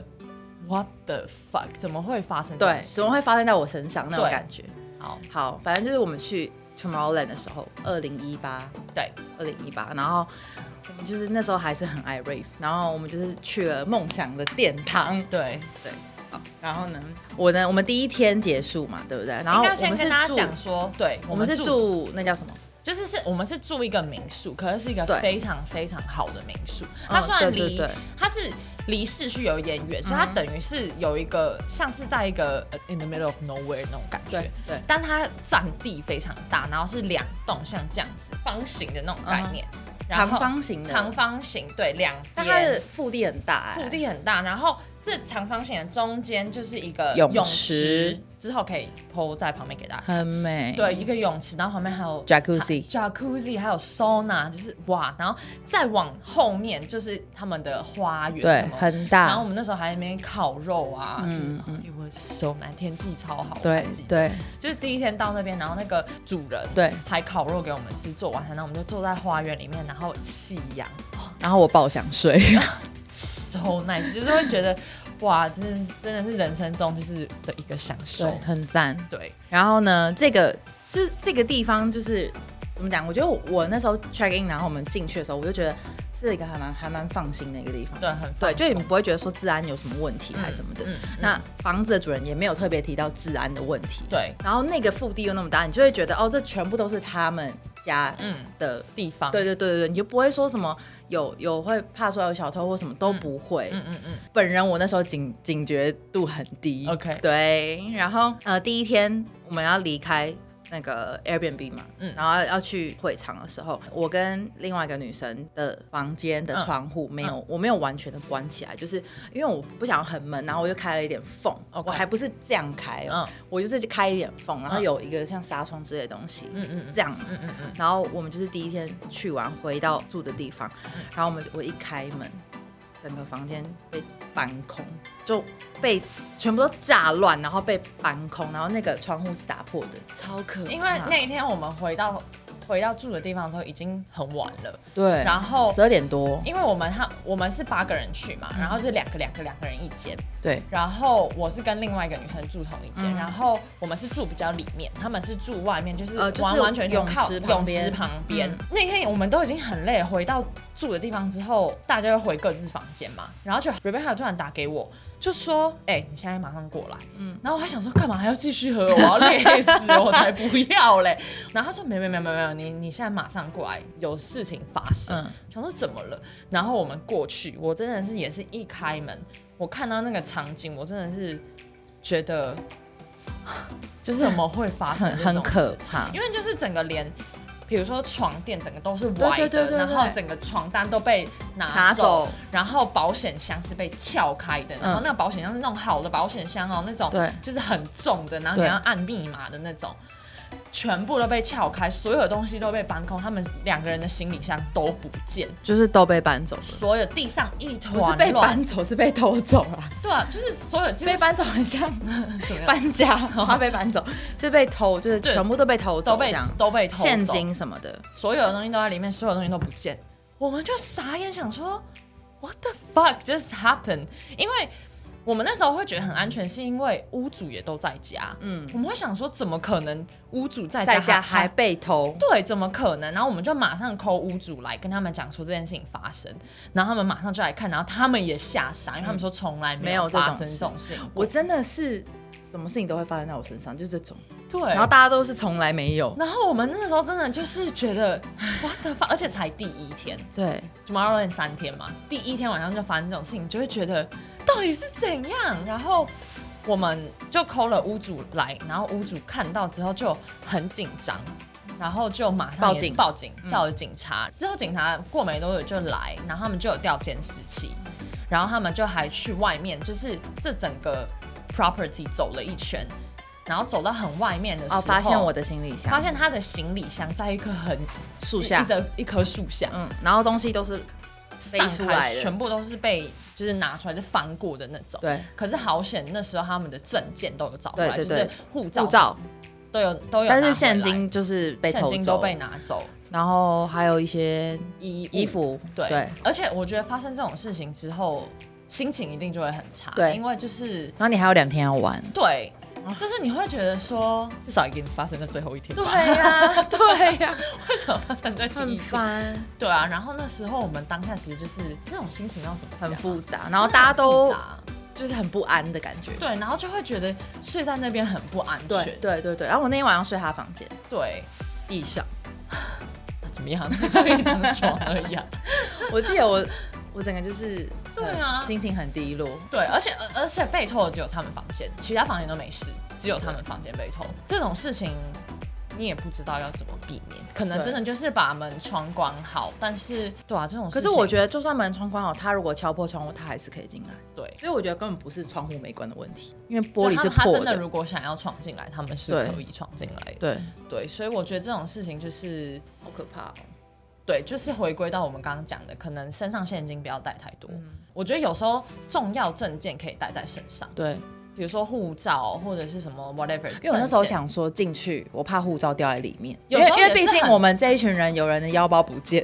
A: what the fuck 怎么会发生这种
B: 对，
A: 事
B: 怎么会发生在我身上那种
A: 对
B: 感觉？
A: 好
B: 好，反正就是我们去 Tomorrowland 的时候，二零一八，
A: 对，
B: 二零一八，然后我们就是那时候还是很爱 rave，然后我们就是去了梦想的殿堂。
A: 对，
B: 好然后呢，我呢，我们第一天结束嘛，对不对？然后
A: 应该
B: 我们
A: 先
B: 是
A: 跟大家
B: 住
A: 讲，说，对，
B: 我们是
A: 住，
B: 住那叫什么？
A: 就是是我们是住一个民宿，可是是一个
B: 对嗯
A: 非常非常好的民宿。它虽然
B: 对对
A: 离、
B: 对嗯
A: 它是离市区有一点远，所以它等于是有一个像是在一个呃 in the middle of nowhere 那种感觉
B: 对。对，
A: 但它占地非常大，然后是两栋像这样子方形的那种概念，然
B: 嗯长
A: 后
B: 方形的，
A: 长，方形，对，两
B: 但它
A: 边
B: 的腹地很大、哎
A: 腹地很大，然后这长方形的中间就是一个
B: 泳
A: 泳
B: 池
A: 池，之后可以铺在旁边给大家看。
B: 很美，
A: 对，一个泳池，然后旁边还有
B: ，Jacuzzi，
A: jacuzzi，还有 sauna，就是哇，然后再往后面就是他们的花园，
B: 对
A: 什，么。
B: 很
A: 然后我
B: 大，
A: 们那时候还在那边烤肉啊，
B: 嗯
A: 就是
B: 嗯
A: 因为手难，天气超好，我还
B: 对
A: 记得，
B: 对
A: 就是第一天到那边，然后那个主人
B: 对，
A: 还烤肉给我们吃，做晚餐，然后我们就坐在花园里面，然后夕阳
B: 然后我爆想睡，
A: so nice，就是会觉得 *laughs* 哇，真的是真的是人生中就是的一个享受
B: 对，，很赞。
A: 对，
B: 然后呢，这个就是这个地方就是怎么讲？我觉得我我那时候 check in，然后我们进去的时候，我就觉得是一个还蛮还蛮放心的一个地方。
A: 对，很
B: 对，就
A: 放
B: 你
A: 松
B: 不会觉得说治安有什么问题还是什么的。
A: 嗯嗯嗯
B: 那房子的主人也没有特别提到治安的问题。。
A: 对，
B: 然后那个腹地又那么大，你就会觉得哦，这全部都是他们家
A: 嗯，
B: 的。
A: 地方，
B: 对对对对对，你就不会说什么有有会怕说有小偷或什么都不会。
A: 嗯嗯嗯，
B: 本人我那时候警警觉度很低。
A: OK
B: 对，然后呃，第一天我们要离开那个 Airbnb 嘛，
A: 嗯
B: 然后要要去会场的时候，我跟另外一个女生的房间的窗户没
A: 嗯
B: 有，我没有完全的关起来，就是因为我不想很闷，然后我就开了一点缝
A: OK
B: 我还不是这样开哦，我就是开一点缝，然后
A: 嗯
B: 有一个像纱窗之类的东西，
A: 嗯嗯嗯
B: 这样。
A: 嗯嗯嗯，
B: 然后我们就是第一天去完回到住的地方，然后我们我一开门，整个房间被搬空，就被全部都炸乱，然后被搬空，然后那个窗户是打破的，超可怕。
A: 因为那一天我们回到回到住的地方的时候已经很晚了，
B: 对，
A: 然后
B: 十二点多，
A: 因为我们他我们是八个人去
B: 嗯
A: 嘛，然后是两个两个两个人一间，
B: 对
A: 然后我是跟另外一个女生住同一间，
B: 嗯
A: 然后我们是住比较里面，他们是住外面，就是
B: 呃就是
A: 完完全全靠
B: 泳
A: 泳
B: 池旁边
A: 池旁边
B: 嗯。
A: 那天我们都已经很累，回到住的地方之后，大家又回各自房间嘛，然后就 Rebecca 突然打给我。就说，哎、你现在马上过来，嗯
B: 嗯，
A: 然后我还想说，干嘛还要继续喝？我要累死，我才不要嘞。然后他说，没有没有没有没有没有，你你现在马上过来，有事情发生。
B: 嗯
A: 想说怎么了？然后我们过去，我真的是也是一开门，我看到那个场景，我真的是觉得
B: 就是
A: 怎么会发生这种
B: 很
A: 事
B: *laughs* 很可怕，
A: 因为就是整个连，比如说床垫整个都是歪的，
B: 对对对对对
A: 然后整个床单都被拿走，
B: 拿走
A: 然后保险箱是被撬开的，然后
B: 嗯
A: 那个保险箱是那种好的保险箱哦，那种
B: 对
A: 就是很重的，然后你
B: 对
A: 要按密码的那种。全部都被撬开，所有的东西都被搬空，他们两个人的行李箱都不见，
B: 就是都被搬走了，
A: 所有地上一
B: 不是
A: 团
B: 被
A: 乱，
B: 搬走，是被偷走了、
A: 对啊，就是所有基本
B: 被搬走很像
A: 怎 *laughs* 么样
B: 搬家， *laughs* 他被搬走是被偷，就是
A: 对
B: 全部都被偷走，
A: 都被
B: 这样
A: 都被偷走
B: 现金什么的，
A: 所有的东西都在里面，所有东西都不见，我们就傻眼，想说 What the fuck just happened？因为我们那时候会觉得很安全，是因为屋主也都在家，
B: 嗯，
A: 我们会想说怎么可能屋主在家
B: 在家还被偷，
A: 对，怎么可能？然后我们就马上 call 屋主来跟他们讲说这件事情发生，然后他们马上就来看，然后他们也吓傻，因为他们说从来
B: 没
A: 有
B: 有这
A: 发
B: 种
A: 生
B: 事
A: 这种事情过。
B: 我真的是什么事情都会发生在我身上，就是这种，
A: 对，
B: 然后大家都是从来没有，
A: 然后我们那个时候真的就是觉得 what the fuck，而且才第一天
B: 对，
A: ，Tomorrowland 三天嘛，第一天晚上就发生这种事情，就会觉得到底是怎样？然后我们就 call 了屋主来，然后屋主看到之后就很紧张。然后就马上
B: 报
A: 也
B: 警
A: 报警叫了警察。之后警察过没多久就来，然后他们就有调监视器，然后他们就还去外面，就是这整个 property 走了一圈，然后走到很外面的时候，
B: 哦，发现我的行李箱，
A: 发现他的行李箱在一棵很
B: 树
A: 一
B: 下
A: 一，个一棵树下
B: 嗯，然后东西都是飞
A: 散
B: 出
A: 开
B: 来，的
A: 全部都是被就是拿出来就翻过的那种。
B: 对
A: 可是好险，那时候他们的证件都有找回来，
B: 对对
A: 就是
B: 对
A: 护照
B: 护照，
A: 都有都有拿回来，
B: 但是现金就是被
A: 现
B: 偷
A: 金都
B: 走，
A: 被拿走，
B: 然后还有一些
A: 衣
B: 衣服，
A: 嗯对，
B: 对
A: 而且我觉得发生这种事情之后，心情一定就会很差，
B: 对
A: 因为就是
B: 然后你还有两天要玩，
A: 对，就是你会觉得说，至少也给你发生在最后一天吧，
B: 呀、 *laughs* 对
A: *laughs*
B: 呀、
A: 为什么发生在第一
B: 很
A: 天？
B: 烦，
A: 对啊，然后那时候我们当下其实就是那种心情要怎么讲啊
B: 很复杂，然后大家都
A: 真的很复杂
B: 就是很不安的感觉。
A: 对，然后就会觉得睡在那边很不安全，
B: 对对对对，然后我那天晚上睡他房间
A: 对
B: 地上，
A: 那怎么样？ *laughs* 就一张床而已、啊。
B: 我记得 *laughs* 我我整个就是
A: 对啊
B: 很心情很低落。
A: 对，而且而而且被偷的只有他们房间，其他房间都没事，只有他们房间被偷。这种事情你也不知道要怎么避免，可能
B: 对
A: 真的就是把门窗关好。但是，对啊，这种事
B: 可
A: 情
B: 是我觉得，就算门窗关好，他如果敲破窗户，他还是可以进来。
A: 对，
B: 所以我觉得根本不是窗户没关的问题，因为玻璃
A: 就是他他
B: 破
A: 真的如果想要闯进来，他们是
B: 对
A: 可以闯进来的。
B: 对，
A: 对，所以我觉得这种事情就是
B: 好可怕哦。
A: 对，就是回归到我们刚刚讲的，可能身上现金不要带太多。
B: 嗯
A: 我觉得有时候重要证件可以带在身上，
B: 对，
A: 比如说护照或者是什么 whatever。
B: 因为我那时候，想说进去，我怕护照掉在里面，
A: 有
B: 因为
A: 时候
B: 因为
A: 也是
B: 毕竟
A: 很
B: 我们这一群人有人的腰包不见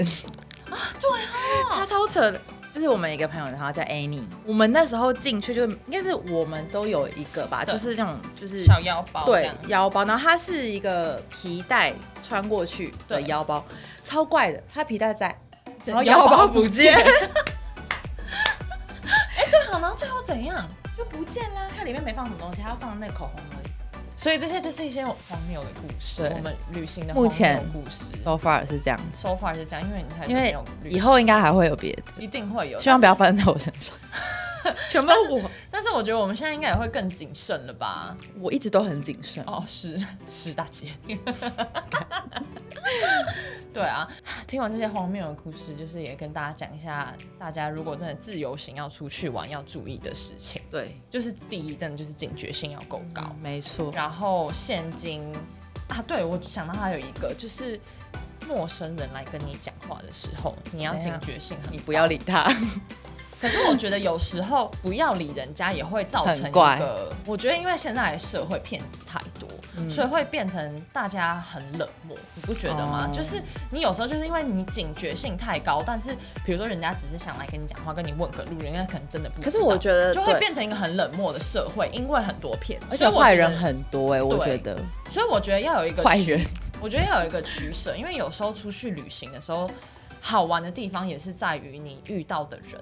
B: 啊，对啊，他超扯的。就是我们一个朋友，然后叫 Annie，我们那时候进去就是应该是我们都有一个吧，
A: 对
B: 就是那种就是
A: 小腰包这
B: 对
A: 样，
B: 腰包，然后它是一个皮带穿过去的
A: 对
B: 腰包，超怪的，它皮带在，
A: 整
B: 然后
A: 腰
B: 腰
A: 包
B: 包
A: 不
B: 不
A: 见
B: 见，
A: 对啊，然后最后怎样？
B: *laughs* 就不见啦，它里面没放什么东西，它放那个口红而已。
A: 所以这些就是一些荒谬的故事，
B: 对
A: 我们旅行的
B: 目前
A: 荒谬故事。
B: So far 是这样子，
A: so far 是这样，因为你太久
B: 因
A: 没
B: 为
A: 有旅
B: 以后应该还会有别的，
A: 一定会有，
B: 希望不要发生在我身上， *laughs* 全部都我。
A: 但是。但是我觉得我们现在应该也会更谨慎了吧？
B: 我一直都很谨慎。
A: 哦，是是大姐。 *laughs* 对啊，听完这些荒谬的故事，就是也跟大家讲一下，大家如果真的自由行要出去玩要注意的事情，
B: 对，
A: 就是第一，真的就是警觉性要够高。
B: 搞没错。
A: 然后现金啊，对我想到还有一个，就是陌生人来跟你讲话的时候，你要
B: 怎
A: 警
B: 样
A: 觉性很
B: 你。不要理他，
A: 可是我觉得有时候不要理人家也会造成
B: 很
A: 一
B: 怪
A: 个，我觉得因为现在的社会骗子太多，
B: 嗯
A: 所以会变成大家很冷漠，你不觉得吗？
B: 哦
A: 就是你有时候就是因为你警觉性太高，但是比如说人家只是想来跟你讲话，跟你问个路，人家可能真的不知道。
B: *laughs* 可是我觉得
A: 就会
B: 对
A: 变成一个很冷漠的社会，因为很多骗子，
B: 而
A: 所
B: 且
A: 以我觉
B: 坏
A: 得
B: 人很多哎、我
A: 对
B: 觉得
A: 所以我觉得要有一个
B: 坏
A: 取
B: 人，
A: 我觉得要有一个取舍，因为有时候出去旅行的时候，好玩的地方也是在于你遇到的人，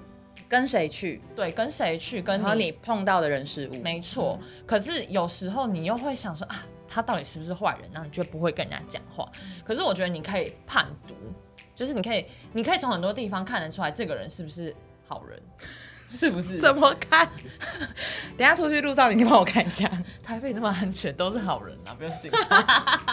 B: 跟谁去，
A: 对，跟谁去，跟
B: 然后你碰到的人事物，
A: 没错。
B: 嗯
A: 可是有时候你又会想说啊，他到底是不是坏人？然后你就不会跟人家讲话。可是我觉得你可以判读，就是你可以，你可以从很多地方看得出来这个人是不是好人， *laughs* 是不是？
B: 怎么看？ *laughs* 等一下出去路上，你帮我看一下。
A: *laughs* 台北那么安全，都是好人啊，不用紧张。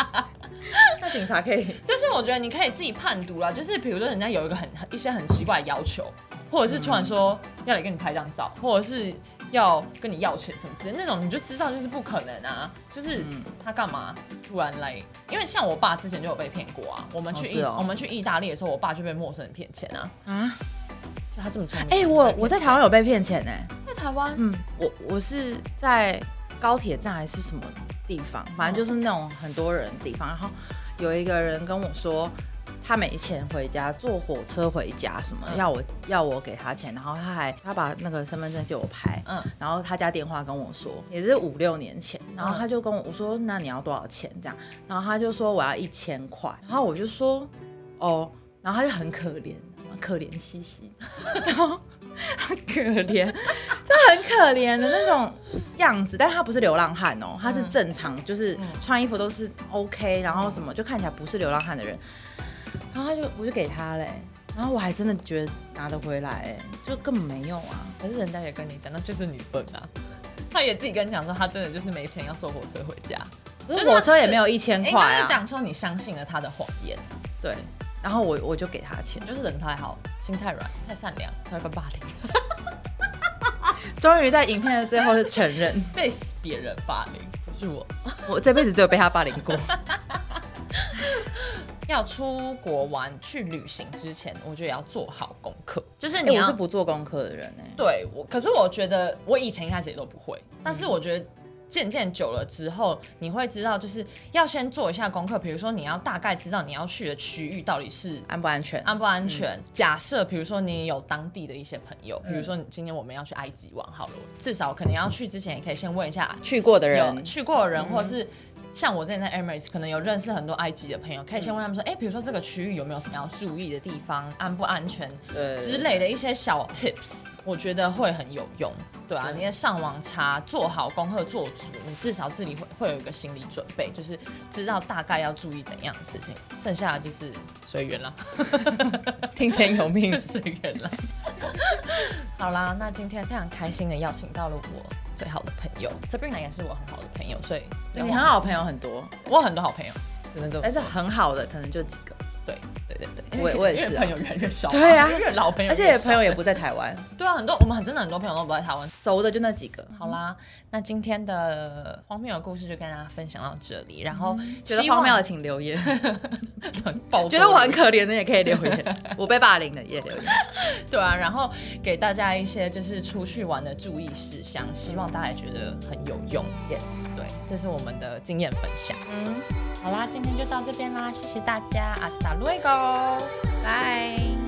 B: 那警察可以
A: 就是我觉得你可以自己判读啦，就是比如说人家有一个很一些很奇怪的要求，或者是突然说要来跟你拍张照，或者是要跟你要钱什么之类的那种，你就知道就是不可能啊，就是他干嘛？突然来，因为像我爸之前就有被骗过啊。我们去
B: 哦
A: 意、
B: 是哦
A: 我们去意大利的时候，我爸就被陌生人骗钱啊。
B: *laughs* 啊！
A: 就他这么聪明，
B: 哎、
A: 他
B: 我
A: 被骗
B: 我在
A: 钱
B: 台湾有被骗钱哎、
A: 在台湾，
B: 嗯，我我是在高铁站还是什么地方，反正就是那种很多人的地方。然后有一个人跟我说，他没钱回家，坐火车回家，什么
A: 嗯
B: 要我要我给他钱，然后他还他把那个身份证借我拍，
A: 嗯
B: 然后他家电话跟我说，也是五六年前，然后他就跟我我说，那你要多少钱这样，然后他就说我要一千块，然后我就说哦，然后他就很可怜，可怜兮兮， *laughs* 然后很可怜，就很可怜的那种样子，但他不是流浪汉哦，他是正常，就是穿衣服都是 OK，然后什么就看起来不是流浪汉的人，然后他就我就给他嘞。然后我还真的觉得拿得回来、哎，就根本没用啊。
A: 可是人家也跟你讲，那就是你笨啊。他也自己跟你讲说，他真的就是没钱要坐火车回家。就
B: 可
A: 是是他
B: 火车也没有一千
A: 应
B: 块
A: 该
B: 啊
A: 是。讲说你相信了他的谎言，
B: 对，然后我我就给他钱，
A: 就是人太好，心太软，太善良，才会被霸凌， *laughs*
B: 终于在影片的最后承
A: *laughs*
B: 认，
A: 被别人霸凌，不是我。
B: 我这辈子只有被他霸凌过。
A: 要出国玩去旅行之前，我觉得也要做好功课，就是
B: 哎、
A: 你
B: 我
A: 要、
B: 是不做功课的人哎、
A: 对我，可是我觉得我以前一开始也都不会，但是我觉得。渐渐久了之后，你会知道，就是要先做一下功课。比如说，你要大概知道你要去的区域到底是
B: 安不安全？
A: 安不安全。假设比如说你有当地的一些朋友，比如说你今天我们要去埃及玩好了，至少可能要去之前也可以先问一下
B: 去过的
A: 有
B: 人，嗯
A: 去过的人，或者是。像我之前在 Emirates 可能有认识很多埃及的朋
B: 嗯
A: 友，可以先问他们说，哎、比如说这个区域有没有什么要注意的地方，安不安全
B: 对
A: 之类的一些小 tips，我觉得会很有用。对啊，
B: 对
A: 你也上网查，做好功课做足，你至少自己会会有一个心理准备，就是知道大概要注意怎样的事情，剩下的就是随
B: *laughs*
A: 缘啦。。
B: 听天由命
A: 随缘啦。 *laughs* 好啦，那今天非常开心的邀请到了我最好的朋友 Sabrina，也是我很好的朋友，所以
B: 你很好
A: 朋
B: 朋友很多，
A: 我有很多好朋友，只能这么
B: 但
A: 说
B: 是很好的可能就几个，
A: 对对对对，
B: 我也
A: 因为
B: 我也是啊
A: 因为朋友越来越少，
B: 对啊
A: 越老朋友
B: 而
A: 越少，嗯
B: 且朋友也不在台湾，
A: 对啊，很多我们很真的很多朋友都不在台湾。
B: 熟的就那几个。
A: 好啦，那今天的荒谬的故事就跟大家分享到这里，然后
B: 觉得
A: 希望
B: 荒谬的请留言，
A: 爆多
B: 觉得我很可怜的也可以留言，
A: *laughs*
B: 我被霸凌的也留言。
A: 对啊，然后给大家一些就是出去玩的注意事项，希望大家觉得很有用。Yes，对，这是我们的经验分享。
B: 嗯，
A: 好啦，今天就到这边啦，谢谢大家，阿斯达路埃高。
B: 拜。